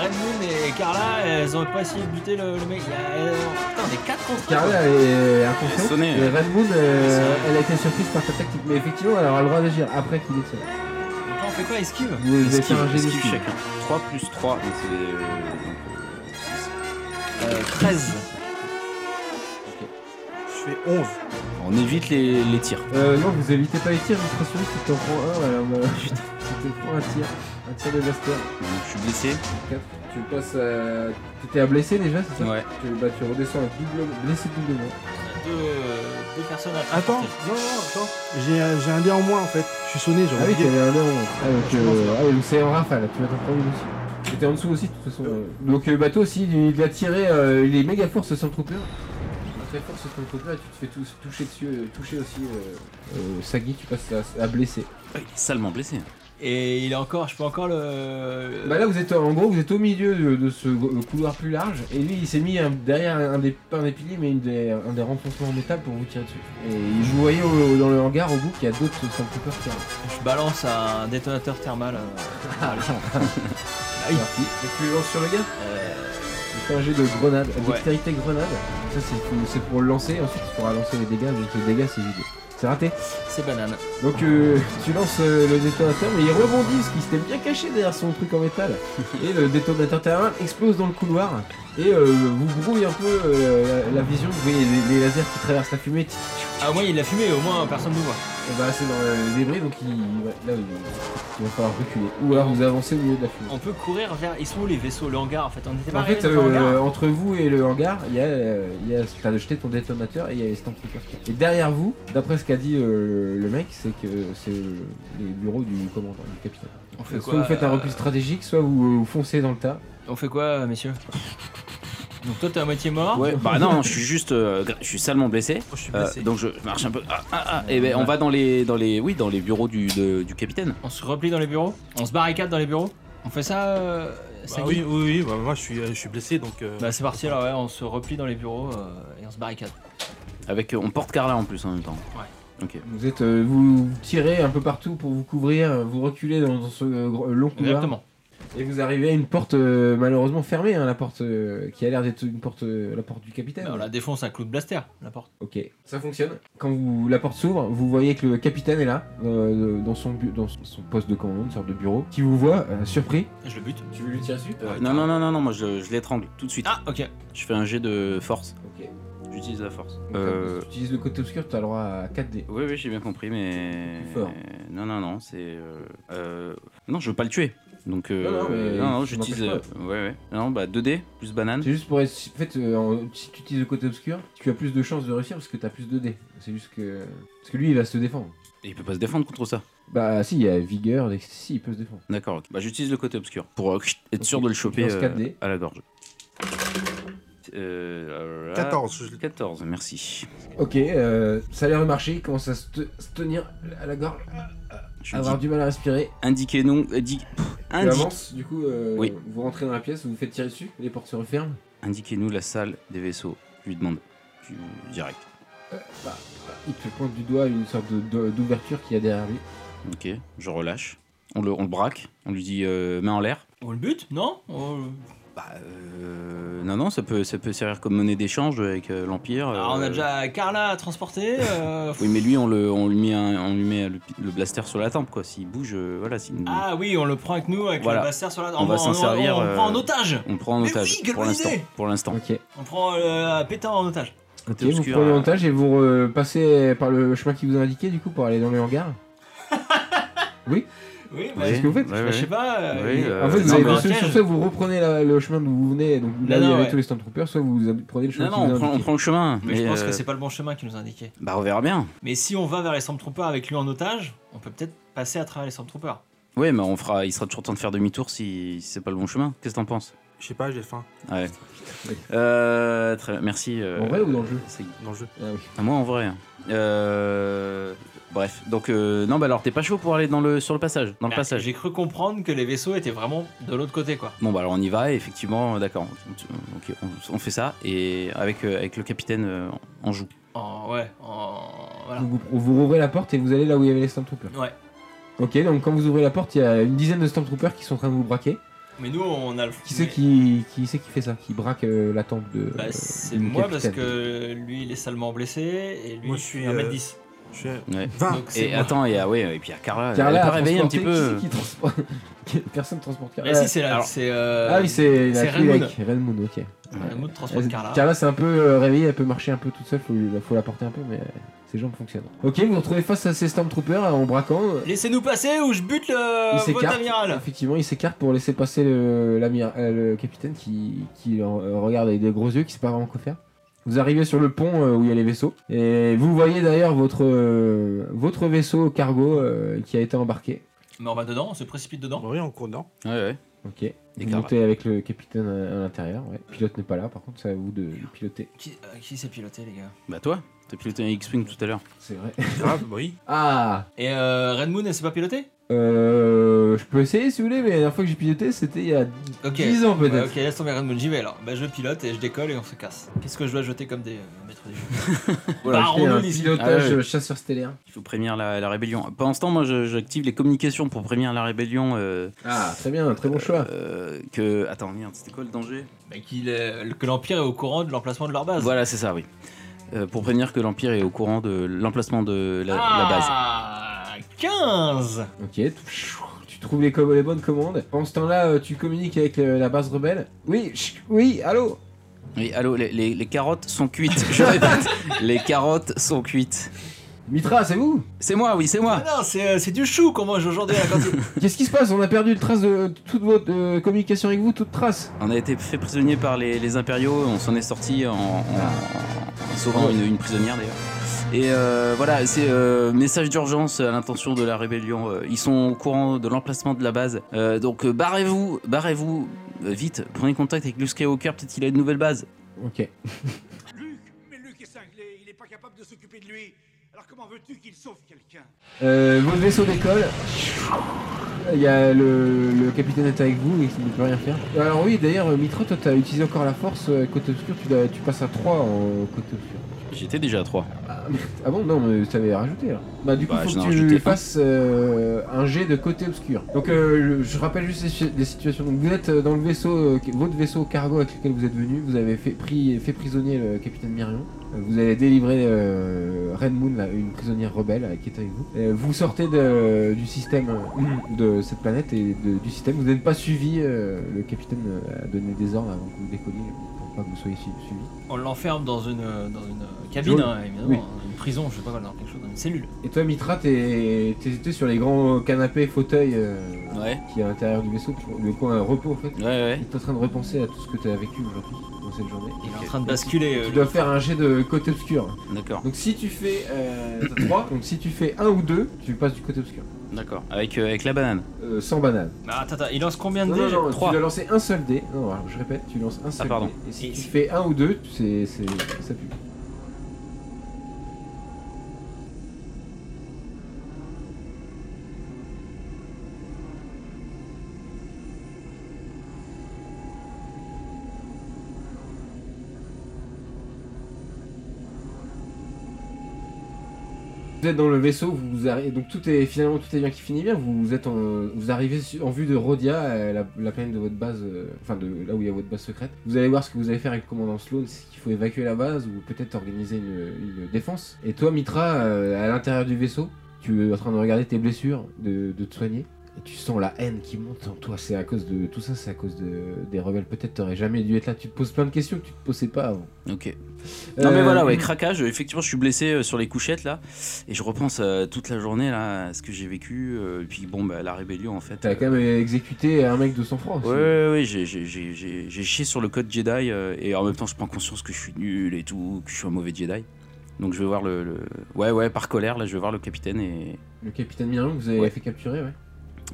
Speaker 4: Red Moon et Carla, elles auraient pas essayé de buter le, le mec. Il y a- euh, putain, on est 4 contre
Speaker 1: Carla
Speaker 4: un.
Speaker 1: est un
Speaker 2: Elle est
Speaker 1: conseil.
Speaker 2: sonnée,
Speaker 1: Et
Speaker 2: ouais.
Speaker 1: Red Moon, euh,
Speaker 4: C'est-
Speaker 1: elle a été surprise par ta tactique. Mais effectivement, elle aura le droit d'agir après qu'il est tiré.
Speaker 4: Donc là, on fait quoi Esquive
Speaker 1: Vous avez fait
Speaker 2: Esquive,
Speaker 1: un jeu
Speaker 2: esquive
Speaker 1: d'esquive.
Speaker 2: chacun. 3 plus 3, donc c'est. euh, donc, euh, six.
Speaker 4: euh, 13.
Speaker 3: Je fais 11.
Speaker 2: euh, On évite les, les tirs.
Speaker 1: Euh, non, vous évitez pas les tirs, vous serez sûr que t'en prends un. Voilà,
Speaker 2: [laughs]
Speaker 1: bah, putain, tu te prends un tir. Un tir de blaster.
Speaker 2: Donc, je suis blessé.
Speaker 1: Quatre. Tu passes à. T'étais à blessé déjà, c'est ça
Speaker 2: Ouais.
Speaker 1: tu, bah, tu redescends à double... hein. blessé doublement.
Speaker 4: On a Deux, euh, deux personnes à
Speaker 3: Attends, non, non, attends. J'ai un j'ai un lien en moins en fait. Je suis sonné, j'ai
Speaker 1: Ah oui,
Speaker 3: oublié.
Speaker 1: t'avais un lien en moins. Ah, donc, euh, ah oui, donc c'est en rafale, tu vas t'en prendre une aussi. T'étais en dessous aussi, de toute façon. euh. Donc, euh, bateau aussi, il il a tiré, euh, il est méga fort ce Stormtrooper. Un Très fort ce Stormtrooper, et tu te fais tous- toucher dessus, euh, toucher aussi. Euh, euh, Sagi, tu passes à, à blesser.
Speaker 2: Ah, il est salement blessé.
Speaker 4: Et il est encore, je peux encore le.
Speaker 1: Bah là, vous êtes en gros, vous êtes au milieu de, de ce euh, couloir plus large, et lui, il s'est mis un- derrière un des, pas un des piliers, mais une des- un des renfoncements en métal pour vous tirer dessus. Et il- vous voyez au- dans le hangar au bout qu'il y a d'autres Stormtroopers qui arrivent.
Speaker 4: Je balance un détonateur thermal. euh, à l'écran.
Speaker 1: C'est parti. Donc, tu le lances sur le gars
Speaker 4: Euh,
Speaker 1: Il fait un jet de grenade,
Speaker 4: Ouais.
Speaker 1: dextérité grenade. Ça c'est pour, c'est pour le lancer, ensuite il faudra lancer les dégâts, donc les dégâts c'est vidé. C'est raté.
Speaker 4: C'est banane.
Speaker 1: Donc euh, tu lances euh, le détonateur, mais il rebondit parce qu'il s'était bien caché derrière son truc en métal. Et le détonateur terrain explose dans le couloir et euh, vous brouille un peu euh, la, la vision. Vous voyez les, les lasers qui traversent la fumée.
Speaker 4: Ah, moi il a fumé, au moins personne ne nous voit.
Speaker 1: Et bah c'est dans les débris, donc il, ouais, là il, il va falloir reculer. Ou alors vous avancez au milieu de la fumée.
Speaker 4: On peut courir vers. Ils sont où les vaisseaux Le hangar en fait On était pas
Speaker 1: En fait,
Speaker 4: arrivés dans le
Speaker 1: euh,
Speaker 4: hangar
Speaker 1: entre vous et le hangar, il y a, euh, il y a- t'as jeté ton détonateur et il y a les Stormtroopers. Et derrière vous, d'après ce qu'a dit euh, le mec, c'est que c'est euh, les bureaux du commandant, du capitaine.
Speaker 4: On fait
Speaker 1: Soit
Speaker 4: quoi
Speaker 1: vous faites un
Speaker 4: euh,
Speaker 1: repli stratégique, soit vous, euh, vous foncez dans le tas.
Speaker 4: On fait quoi, messieurs Donc toi, t'es à moitié mort.
Speaker 2: Ouais, bah non, je suis juste. euh, gra- je suis salement blessé.
Speaker 3: Oh, je suis
Speaker 2: Euh,
Speaker 3: blessé.
Speaker 2: donc je marche un peu. Ah, ah, ah, et ben on va dans les, dans les, oui, dans les bureaux du, de- du capitaine.
Speaker 4: On se replie dans les bureaux. On se barricade dans les bureaux. On fait ça. euh,
Speaker 3: Bah
Speaker 4: Sagi
Speaker 3: oui, oui, oui, bah, moi je suis, euh, je suis blessé donc. euh,
Speaker 4: Bah c'est parti alors ouais, on se replie dans les bureaux euh, et on se barricade.
Speaker 2: Avec, euh, on porte Carla en plus en même temps. Ok.
Speaker 1: Vous êtes, euh, vous tirez un peu partout pour vous couvrir, vous reculez dans, dans ce euh, gros- long couloir.
Speaker 4: Exactement.
Speaker 1: Et vous arrivez à une porte euh, malheureusement fermée, hein, la porte euh, qui a l'air d'être une porte, euh, la porte du
Speaker 2: Eh
Speaker 1: capitaine.
Speaker 4: Bah, on la défonce à clou de blaster, la porte.
Speaker 1: Ok, ça fonctionne. Quand vous, la porte s'ouvre, vous voyez que le capitaine est là, euh, dans, son bu- dans son poste de commandant, une sorte de bureau, qui vous voit, euh, surpris.
Speaker 4: Je le bute.
Speaker 1: Tu veux lui tirer dessus
Speaker 2: Euh, non, non, non, non, non, moi je, je l'étrangle tout de suite.
Speaker 4: Ah ok.
Speaker 2: Je fais un jet de force.
Speaker 1: Ok.
Speaker 2: J'utilise la force.
Speaker 1: Donc,
Speaker 2: Euh,
Speaker 1: comme Si tu utilises le côté obscur, t'as le droit à 4D.
Speaker 2: Oui, oui, j'ai bien compris, mais.
Speaker 1: Plus fort.
Speaker 2: Non, non, non, c'est. euh, euh, Non, je veux pas le tuer. Donc. euh,
Speaker 1: Non, non, mais
Speaker 2: non, non,
Speaker 1: tu
Speaker 2: j'utilise.
Speaker 1: m'empêches
Speaker 2: euh, Ouais, ouais. Non, bah 2D plus banane.
Speaker 1: C'est juste pour être. En fait, euh, en- si tu utilises le côté obscur, tu as plus de chances de réussir parce que t'as plus de dés. C'est juste que. Parce que lui, il va se défendre.
Speaker 2: Et il peut pas se défendre contre ça.
Speaker 1: Bah, si, il y a vigueur, dex- si, il peut se défendre.
Speaker 2: D'accord, ok. Bah j'utilise le côté obscur pour euh, [laughs] être sûr
Speaker 1: Ok,
Speaker 2: de le choper
Speaker 1: lance
Speaker 2: euh,
Speaker 1: 4D.
Speaker 2: à la gorge. Euh, voilà.
Speaker 3: 14. je-
Speaker 2: 14, merci.
Speaker 1: Ok, euh, ça a l'air de marcher, il commence à se, te- se tenir à la gorge,
Speaker 2: Je
Speaker 1: à avoir
Speaker 2: dis-
Speaker 1: du mal à respirer.
Speaker 2: Indiquez-nous. indi-
Speaker 1: Ah, Tu
Speaker 2: indi-
Speaker 1: avances, du coup, euh,
Speaker 2: Oui.
Speaker 1: vous rentrez dans la pièce, vous vous faites tirer dessus, les portes se referment.
Speaker 2: Indiquez-nous la salle des vaisseaux. Je lui demande. Tu- Direct.
Speaker 1: Euh, bah, Il te pointe du doigt une sorte de- de- d'ouverture qu'il y a derrière lui.
Speaker 2: Ok, je relâche. On le, on le braque. On lui dit euh, main en l'air.
Speaker 4: On le bute Non On-
Speaker 2: Bah, euh, non, non, ça peut, ça peut servir comme monnaie d'échange avec euh, l'Empire.
Speaker 4: Alors, Ah, on
Speaker 2: euh,
Speaker 4: a déjà Carla à transporter.
Speaker 2: [laughs]
Speaker 4: euh,
Speaker 2: Oui, mais lui, on, le, on lui met, un- on lui met le, le blaster sur la tempe, quoi. S'il bouge, euh, voilà. s'il-
Speaker 4: Ah oui, on le prend avec nous avec
Speaker 2: Voilà.
Speaker 4: le blaster sur la.
Speaker 2: On va s'en servir,
Speaker 4: On, le
Speaker 2: euh,
Speaker 4: prend en otage.
Speaker 2: On le prend en
Speaker 4: Mais
Speaker 2: otage
Speaker 4: oui, quelle
Speaker 2: pour
Speaker 4: bonne
Speaker 2: l'instant.
Speaker 4: idée
Speaker 2: Pour l'instant.
Speaker 1: Ok.
Speaker 4: On prend euh, Pétain en otage.
Speaker 1: Ok,
Speaker 2: Côté
Speaker 1: vous
Speaker 2: obscur,
Speaker 1: prenez
Speaker 2: euh,
Speaker 1: montage et vous repassez par le chemin qui vous a indiqué, du coup, pour aller dans le hangar.
Speaker 4: Oui.
Speaker 1: Ouais, c'est ce que vous faites
Speaker 2: ouais,
Speaker 4: bah,
Speaker 2: ouais.
Speaker 4: Je sais pas. euh,
Speaker 2: Oui,
Speaker 4: il-
Speaker 2: euh,
Speaker 1: en fait, vous
Speaker 2: non,
Speaker 1: avez
Speaker 2: mais-
Speaker 1: deux
Speaker 4: un
Speaker 1: solutions.
Speaker 4: piège.
Speaker 1: Soit vous reprenez la- le chemin d'où vous venez, donc là où il
Speaker 4: Non,
Speaker 1: y
Speaker 4: non,
Speaker 1: avait
Speaker 4: ouais.
Speaker 1: tous les Stormtroopers, soit vous ab- prenez le chemin
Speaker 2: Non,
Speaker 1: qui
Speaker 2: non,
Speaker 1: vous a
Speaker 2: on prend, on
Speaker 1: indiqué.
Speaker 2: prend le chemin.
Speaker 4: Mais je pense
Speaker 2: euh,
Speaker 4: que c'est pas le bon chemin qui nous indiquait.
Speaker 2: Bah, on verra bien.
Speaker 4: Mais si on va vers les Stormtroopers avec lui en otage, on peut peut-être passer à travers les Stormtroopers.
Speaker 2: Ouais, mais on fera, il sera toujours temps de faire demi-tour si, si c'est pas le bon chemin. Qu'est-ce que t'en penses
Speaker 3: Je sais pas, j'ai faim
Speaker 2: Ouais.
Speaker 1: Oui.
Speaker 2: Euh, très bien, merci. euh,
Speaker 1: En vrai ou dans le jeu
Speaker 2: c'est-
Speaker 3: dans le jeu.
Speaker 1: Ah oui.
Speaker 2: Ah, Moi, en vrai. Euh, Bref, donc euh, non, bah alors t'es pas chaud pour aller dans le sur le passage, dans le
Speaker 4: Bah,
Speaker 2: passage.
Speaker 4: J'ai cru comprendre que les vaisseaux étaient vraiment de l'autre côté, quoi.
Speaker 2: Bon bah alors on y va et effectivement euh, d'accord euh, ok, on, on fait ça et avec, euh, avec le capitaine euh, on joue.
Speaker 4: En, ouais, en. Voilà.
Speaker 1: Donc vous, vous rouvrez la porte et vous allez là où il y avait les Stormtroopers.
Speaker 4: Ouais.
Speaker 1: Ok, donc quand vous ouvrez la porte, il y a une dizaine de Stormtroopers qui sont en train de vous braquer.
Speaker 4: Mais nous, on a le.
Speaker 1: Qui c'est
Speaker 4: mais-
Speaker 1: qui, qui, c'est qui fait ça Qui braque euh, la tempe de.
Speaker 4: Bah,
Speaker 1: euh,
Speaker 4: c'est
Speaker 1: du
Speaker 4: moi parce
Speaker 1: capitaine.
Speaker 4: que lui il est salement blessé et lui
Speaker 3: Moi, je suis,
Speaker 1: euh,
Speaker 4: 1m10.
Speaker 3: Je suis à
Speaker 2: Ouais.
Speaker 1: Ah,
Speaker 3: 20.
Speaker 4: Donc c'est
Speaker 2: Et
Speaker 4: moi.
Speaker 2: attends, il y a, ouais, et puis il y a Carla,
Speaker 1: Carla
Speaker 2: Ah, elle est
Speaker 1: a
Speaker 2: pas réveillée un petit
Speaker 1: transporté-
Speaker 2: peu.
Speaker 1: qui- qui transporte- [laughs] qui- Personne transporte Carla.
Speaker 4: Mais si, c'est là.
Speaker 2: alors-
Speaker 4: C'est. euh,
Speaker 1: ah oui, c'est
Speaker 4: c'est
Speaker 1: la
Speaker 4: Red Moon.
Speaker 1: Red Moon, ok.
Speaker 4: le mot de transport de Carla.
Speaker 1: Carla c'est un peu euh, réveillée, elle peut marcher un peu toute seule, faut, lui- faut la porter un peu, mais euh, ses jambes fonctionnent. Ok, vous vous retrouvez face à ces Stormtroopers euh, en braquant. euh,
Speaker 4: Laissez-nous passer ou je bute
Speaker 1: Il
Speaker 4: le votre
Speaker 1: s'écarte.
Speaker 4: amiral.
Speaker 1: Effectivement, il s'écarte pour laisser passer le, l'amir- euh, le capitaine qui, qui le re- euh, regarde avec des gros yeux, qui sait pas vraiment quoi faire. Vous arrivez sur le pont euh, où il y a les vaisseaux. Et vous voyez d'ailleurs votre, euh, votre vaisseau cargo euh, qui a été embarqué.
Speaker 4: Mais on va dedans, Bah on se précipite dedans.
Speaker 3: Oui, en courant.
Speaker 2: Ouais, ouais.
Speaker 1: Ok. vous
Speaker 2: Carla.
Speaker 1: montez avec le capitaine à, à l'intérieur. Ouais. Le pilote n'est pas là, par contre, c'est à vous de, de piloter.
Speaker 4: Qui, euh, qui s'est piloté, les gars
Speaker 2: Bah toi, t'as piloté un X-Wing tout à l'heure.
Speaker 1: C'est vrai. [laughs]
Speaker 3: Grave, bah oui.
Speaker 1: Ah
Speaker 4: Et euh, Red Moon, elle s'est pas pilotée
Speaker 1: euh, Je peux essayer si vous voulez, mais la dernière fois que j'ai piloté, c'était il y a
Speaker 4: Ok.
Speaker 1: 10 ans peut-être.
Speaker 4: Ouais, ok, laisse tomber Red Moon, j'y vais alors. Bah, je pilote et je décolle et on se casse. Qu'est-ce que je dois jeter comme des euh, maîtres du jeu
Speaker 1: Voilà,
Speaker 4: Bah,
Speaker 1: je fais
Speaker 4: on
Speaker 1: un
Speaker 4: nous dit-
Speaker 1: pilotage
Speaker 2: Ah ouais.
Speaker 1: euh, chasseur stellaire.
Speaker 2: Il faut prévenir la, la rébellion. Pendant ce temps, moi, je- j'active les communications pour prévenir la rébellion. euh,
Speaker 1: Ah, très bien, très bon choix.
Speaker 2: euh, que attends, merde, c'était quoi le danger
Speaker 4: Bah, qu'il est- que l'Empire est au courant de l'emplacement de leur
Speaker 1: Ah,
Speaker 4: base.
Speaker 2: Voilà, c'est ça, oui. Euh, pour prévenir que l'empire est au courant de l'emplacement de la, la base.
Speaker 4: Ah, 15
Speaker 1: Ok, tu- tu trouves les, com- les bonnes commandes. Pendant ce temps-là, euh, tu communiques avec euh, la base rebelle. Oui, chut, oui, allô
Speaker 2: Oui, allô, les, les- les carottes sont cuites.
Speaker 1: [laughs]
Speaker 2: Je répète, les carottes sont cuites.
Speaker 1: Mitra, c'est vous
Speaker 2: C'est moi, oui, c'est
Speaker 4: Ah
Speaker 2: moi.
Speaker 4: non, c'est euh, c'est du chou qu'on mange aujourd'hui à la
Speaker 1: [laughs]
Speaker 4: cantine.
Speaker 1: Qu'est-ce qui se passe On a perdu le trace de toute votre euh, communication avec vous, toute trace.
Speaker 2: On a été fait prisonnier par les, les impériaux, on s'en est sorti en, en- en sauvant une, une prisonnière d'ailleurs. Et euh, voilà, c'est euh, message d'urgence à l'intention de la rébellion. Euh, Ils sont au courant de l'emplacement de la base. Euh, donc euh, barrez-vous, barrez-vous, euh, vite, prenez contact avec Luke Skywalker, peut-être qu'il a une nouvelle base.
Speaker 1: Ok.
Speaker 7: Luc, mais Luc est cinglé, il est pas capable de s'occuper de lui. Alors comment veux-tu qu'il sauve quelqu'un
Speaker 1: Euh, votre vaisseau décolle. Il y a le, le capitaine est avec vous et il ne peut rien faire. Alors oui, d'ailleurs, euh, Mitra, toi, t'as utilisé encore la force euh, côté obscur. Tu, dois- tu passes à 3 en côté obscur.
Speaker 2: J'étais déjà à 3.
Speaker 1: Ah bon non mais t'avais rajouté là. Bah du coup
Speaker 2: Bah,
Speaker 1: faut
Speaker 2: j'en ai
Speaker 1: que
Speaker 2: rajouté
Speaker 1: tu
Speaker 2: un.
Speaker 1: fasses euh, un jet de côté obscur. Donc euh, je- je rappelle juste les si- des situations. Donc vous êtes euh, dans le vaisseau, euh, votre vaisseau cargo avec lequel vous êtes venu, vous avez fait, pris, fait prisonnier le capitaine Mirion. Euh, Vous avez délivré euh, Red Moon, là, une prisonnière rebelle euh, qui est avec vous. Euh, vous sortez de- du système euh, de cette planète et de- du système. Vous n'êtes pas suivi. euh, le capitaine euh, a donné des ordres avant que vous décolliez pour pas que vous soyez su- suivi.
Speaker 4: On l'enferme dans une, euh, dans une euh, cabine,
Speaker 1: Oui.
Speaker 4: hein, évidemment,
Speaker 1: Oui.
Speaker 4: une prison, je sais pas quoi, dans quelque chose, dans une cellule.
Speaker 1: Et toi Mitra, t'es- t'es- t'es sur les grands canapés, fauteuils euh,
Speaker 2: Ouais,
Speaker 1: qui est à l'intérieur du vaisseau, tu- le coin à repos en fait.
Speaker 2: ouais, ouais.
Speaker 1: T'es en train de repenser à tout ce que t'as vécu aujourd'hui dans cette journée.
Speaker 4: Il est en train de basculer. euh,
Speaker 1: Tu dois faire un jet de côté obscur.
Speaker 2: D'accord,
Speaker 1: Donc si tu fais euh, [coughs] 3, donc si tu fais 1 ou 2, tu passes du côté obscur.
Speaker 2: d'accord. Avec, euh, avec la banane.
Speaker 1: Euh, sans banane.
Speaker 4: le- Ah, attends, attends, il lance combien de
Speaker 1: Non, non,
Speaker 4: dés
Speaker 1: non,
Speaker 2: trois.
Speaker 1: tu dois lancer un seul dé. Non, alors, je répète, tu lances un seul
Speaker 2: pardon.
Speaker 1: dé. Et si
Speaker 4: Et
Speaker 1: tu
Speaker 4: si-
Speaker 1: fais 1 ou 2, c'est, c'est, ça pue. Vous êtes dans le vaisseau, vous arrivez, donc tout est finalement tout est bien qui finit bien. Vous êtes en- vous arrivez su- en vue de Rhodia, euh, la, la planète de votre base, euh, enfin de là où il y a votre base secrète. Vous allez voir ce que vous allez faire avec le commandant Sloan, c'est qu'il faut évacuer la base ou peut-être organiser une, une défense. Et toi, Mitra, euh, à l'intérieur du vaisseau, tu es en train de regarder tes blessures, de, de te soigner. Et tu sens la haine qui monte en toi. C'est à cause de tout ça, c'est à cause de, des rebelles. Peut-être t'aurais jamais dû être là. Tu te poses plein de questions que tu te posais pas avant.
Speaker 2: Ok. Non mais
Speaker 1: Euh,
Speaker 2: voilà, ouais, craquage, euh, effectivement je suis blessé euh, sur les couchettes là, et je repense euh, toute la journée là à ce que j'ai vécu, euh, et puis bon bah la rébellion en fait.
Speaker 1: T'as quand même exécuté un mec de sang francs.
Speaker 2: Ouais, ouais, ouais, j'ai- j'ai- j'ai j'ai- j'ai chié sur le code Jedi, euh, et en même temps je prends conscience que je suis nul et tout, que je suis un mauvais Jedi. Donc je vais voir le... le- Ouais, ouais, par colère là, je vais voir le capitaine et
Speaker 1: Le capitaine Mirion que vous avez
Speaker 2: Ouais.
Speaker 1: fait capturer, ouais.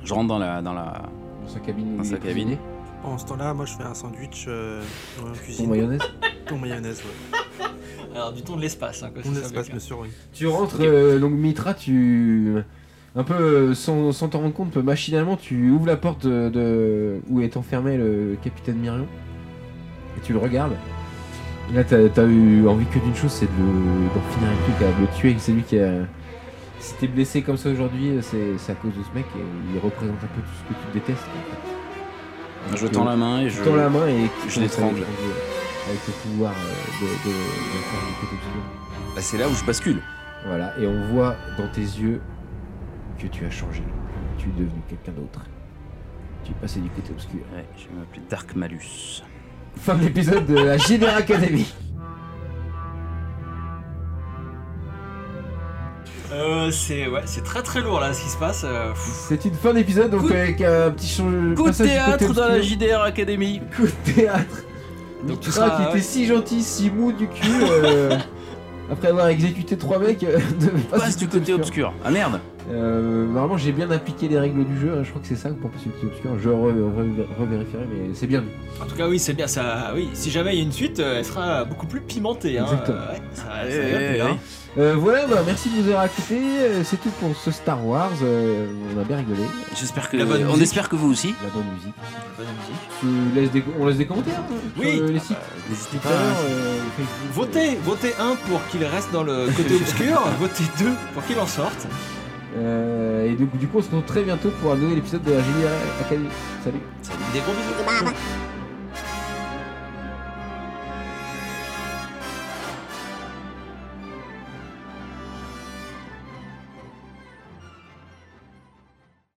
Speaker 2: je rentre dans la... Dans la...
Speaker 1: Dans sa cabine. où
Speaker 2: Dans
Speaker 1: il
Speaker 2: sa
Speaker 1: est prisonnier.
Speaker 3: En ce temps-là, moi, je fais un sandwich euh, dans la
Speaker 1: Ton
Speaker 3: cuisine.
Speaker 2: [laughs]
Speaker 1: mayonnaise.
Speaker 3: Ton mayonnaise, ouais.
Speaker 4: Alors, du ton de l'espace. Hein, quoi,
Speaker 3: Ton
Speaker 4: c'est ça,
Speaker 3: espace,
Speaker 4: avec, hein.
Speaker 3: monsieur, oui.
Speaker 1: Tu rentres, euh, donc Mitra, tu. Un peu euh, sans sans t'en rendre compte, machinalement, tu ouvres la porte de, de- où est enfermé le capitaine Mirion. Et tu le regardes. Et Là, t'as as eu envie que d'une chose, c'est de le- d'en finir avec lui, t'as- de le tuer. C'est lui qui a. si t'es blessé comme ça aujourd'hui, euh, c'est c'est à cause de ce mec et il représente un peu tout ce que tu détestes. en fait.
Speaker 2: Je
Speaker 1: Donc,
Speaker 2: tends
Speaker 1: euh,
Speaker 2: la main et
Speaker 1: je
Speaker 2: je.
Speaker 1: tends la main et
Speaker 2: je l'étrangle.
Speaker 1: Avec le pouvoir euh, de, de, de faire du côté obscur.
Speaker 2: Bah, c'est là où je bascule.
Speaker 1: Voilà, et on voit dans tes yeux que tu as changé. Tu es devenu quelqu'un d'autre. Tu es passé du côté obscur.
Speaker 2: Ouais, je vais m'appeler Dark Malus.
Speaker 1: Fin de l'épisode de la Génère Academy.
Speaker 4: Euh, c'est ouais, c'est très très lourd là ce qui se passe. euh, pff.
Speaker 1: C'est une fin d'épisode donc
Speaker 2: Coup-
Speaker 1: avec un petit changement.
Speaker 2: Coup de théâtre dans la JDR Academy.
Speaker 1: Coup de théâtre.
Speaker 4: Donc tu
Speaker 1: Mitra,
Speaker 4: seras-
Speaker 1: qui
Speaker 4: ouais.
Speaker 1: était si gentil, si mou du cul.
Speaker 2: [laughs]
Speaker 1: euh, Après avoir exécuté trois mecs, euh, de
Speaker 2: Passe du côté obscur. Ah merde
Speaker 1: Euh, normalement, j'ai bien appliqué les règles du jeu. hein. Je crois que c'est ça pour passer du côté obscur. Je re- re- revérifierai, mais c'est bien.
Speaker 4: En tout cas, oui, c'est bien ça. Oui, si jamais il y a une suite, euh, elle sera beaucoup plus pimentée. Hein.
Speaker 1: Exactement.
Speaker 4: Euh, ouais, ça, ça
Speaker 2: Eh,
Speaker 4: va bien
Speaker 2: eh,
Speaker 4: plus, hein.
Speaker 1: Euh, voilà, bah, merci de nous avoir écoutés. Euh, C'est tout pour ce Star Wars. Euh, on a bien rigolé.
Speaker 2: J'espère que.
Speaker 4: La bonne
Speaker 2: On
Speaker 4: musique.
Speaker 2: espère que vous aussi.
Speaker 1: La bonne musique.
Speaker 4: Bonne musique.
Speaker 1: Tu laisses des- On laisse des commentaires euh,
Speaker 4: Oui.
Speaker 1: sur euh, les
Speaker 4: Ah
Speaker 1: sites.
Speaker 2: bah, N'hésitez
Speaker 1: Tout
Speaker 2: pas.
Speaker 1: à l'heure, euh, Facebook,
Speaker 4: Votez, votez un pour qu'il reste dans le
Speaker 1: [laughs]
Speaker 4: côté obscur, votez deux pour qu'il en sorte.
Speaker 1: euh, et donc, du coup, on se retrouve très bientôt pour un nouvel épisode de la Génie Academy. Salut.
Speaker 4: Des gros bisous.
Speaker 5: Goodbye.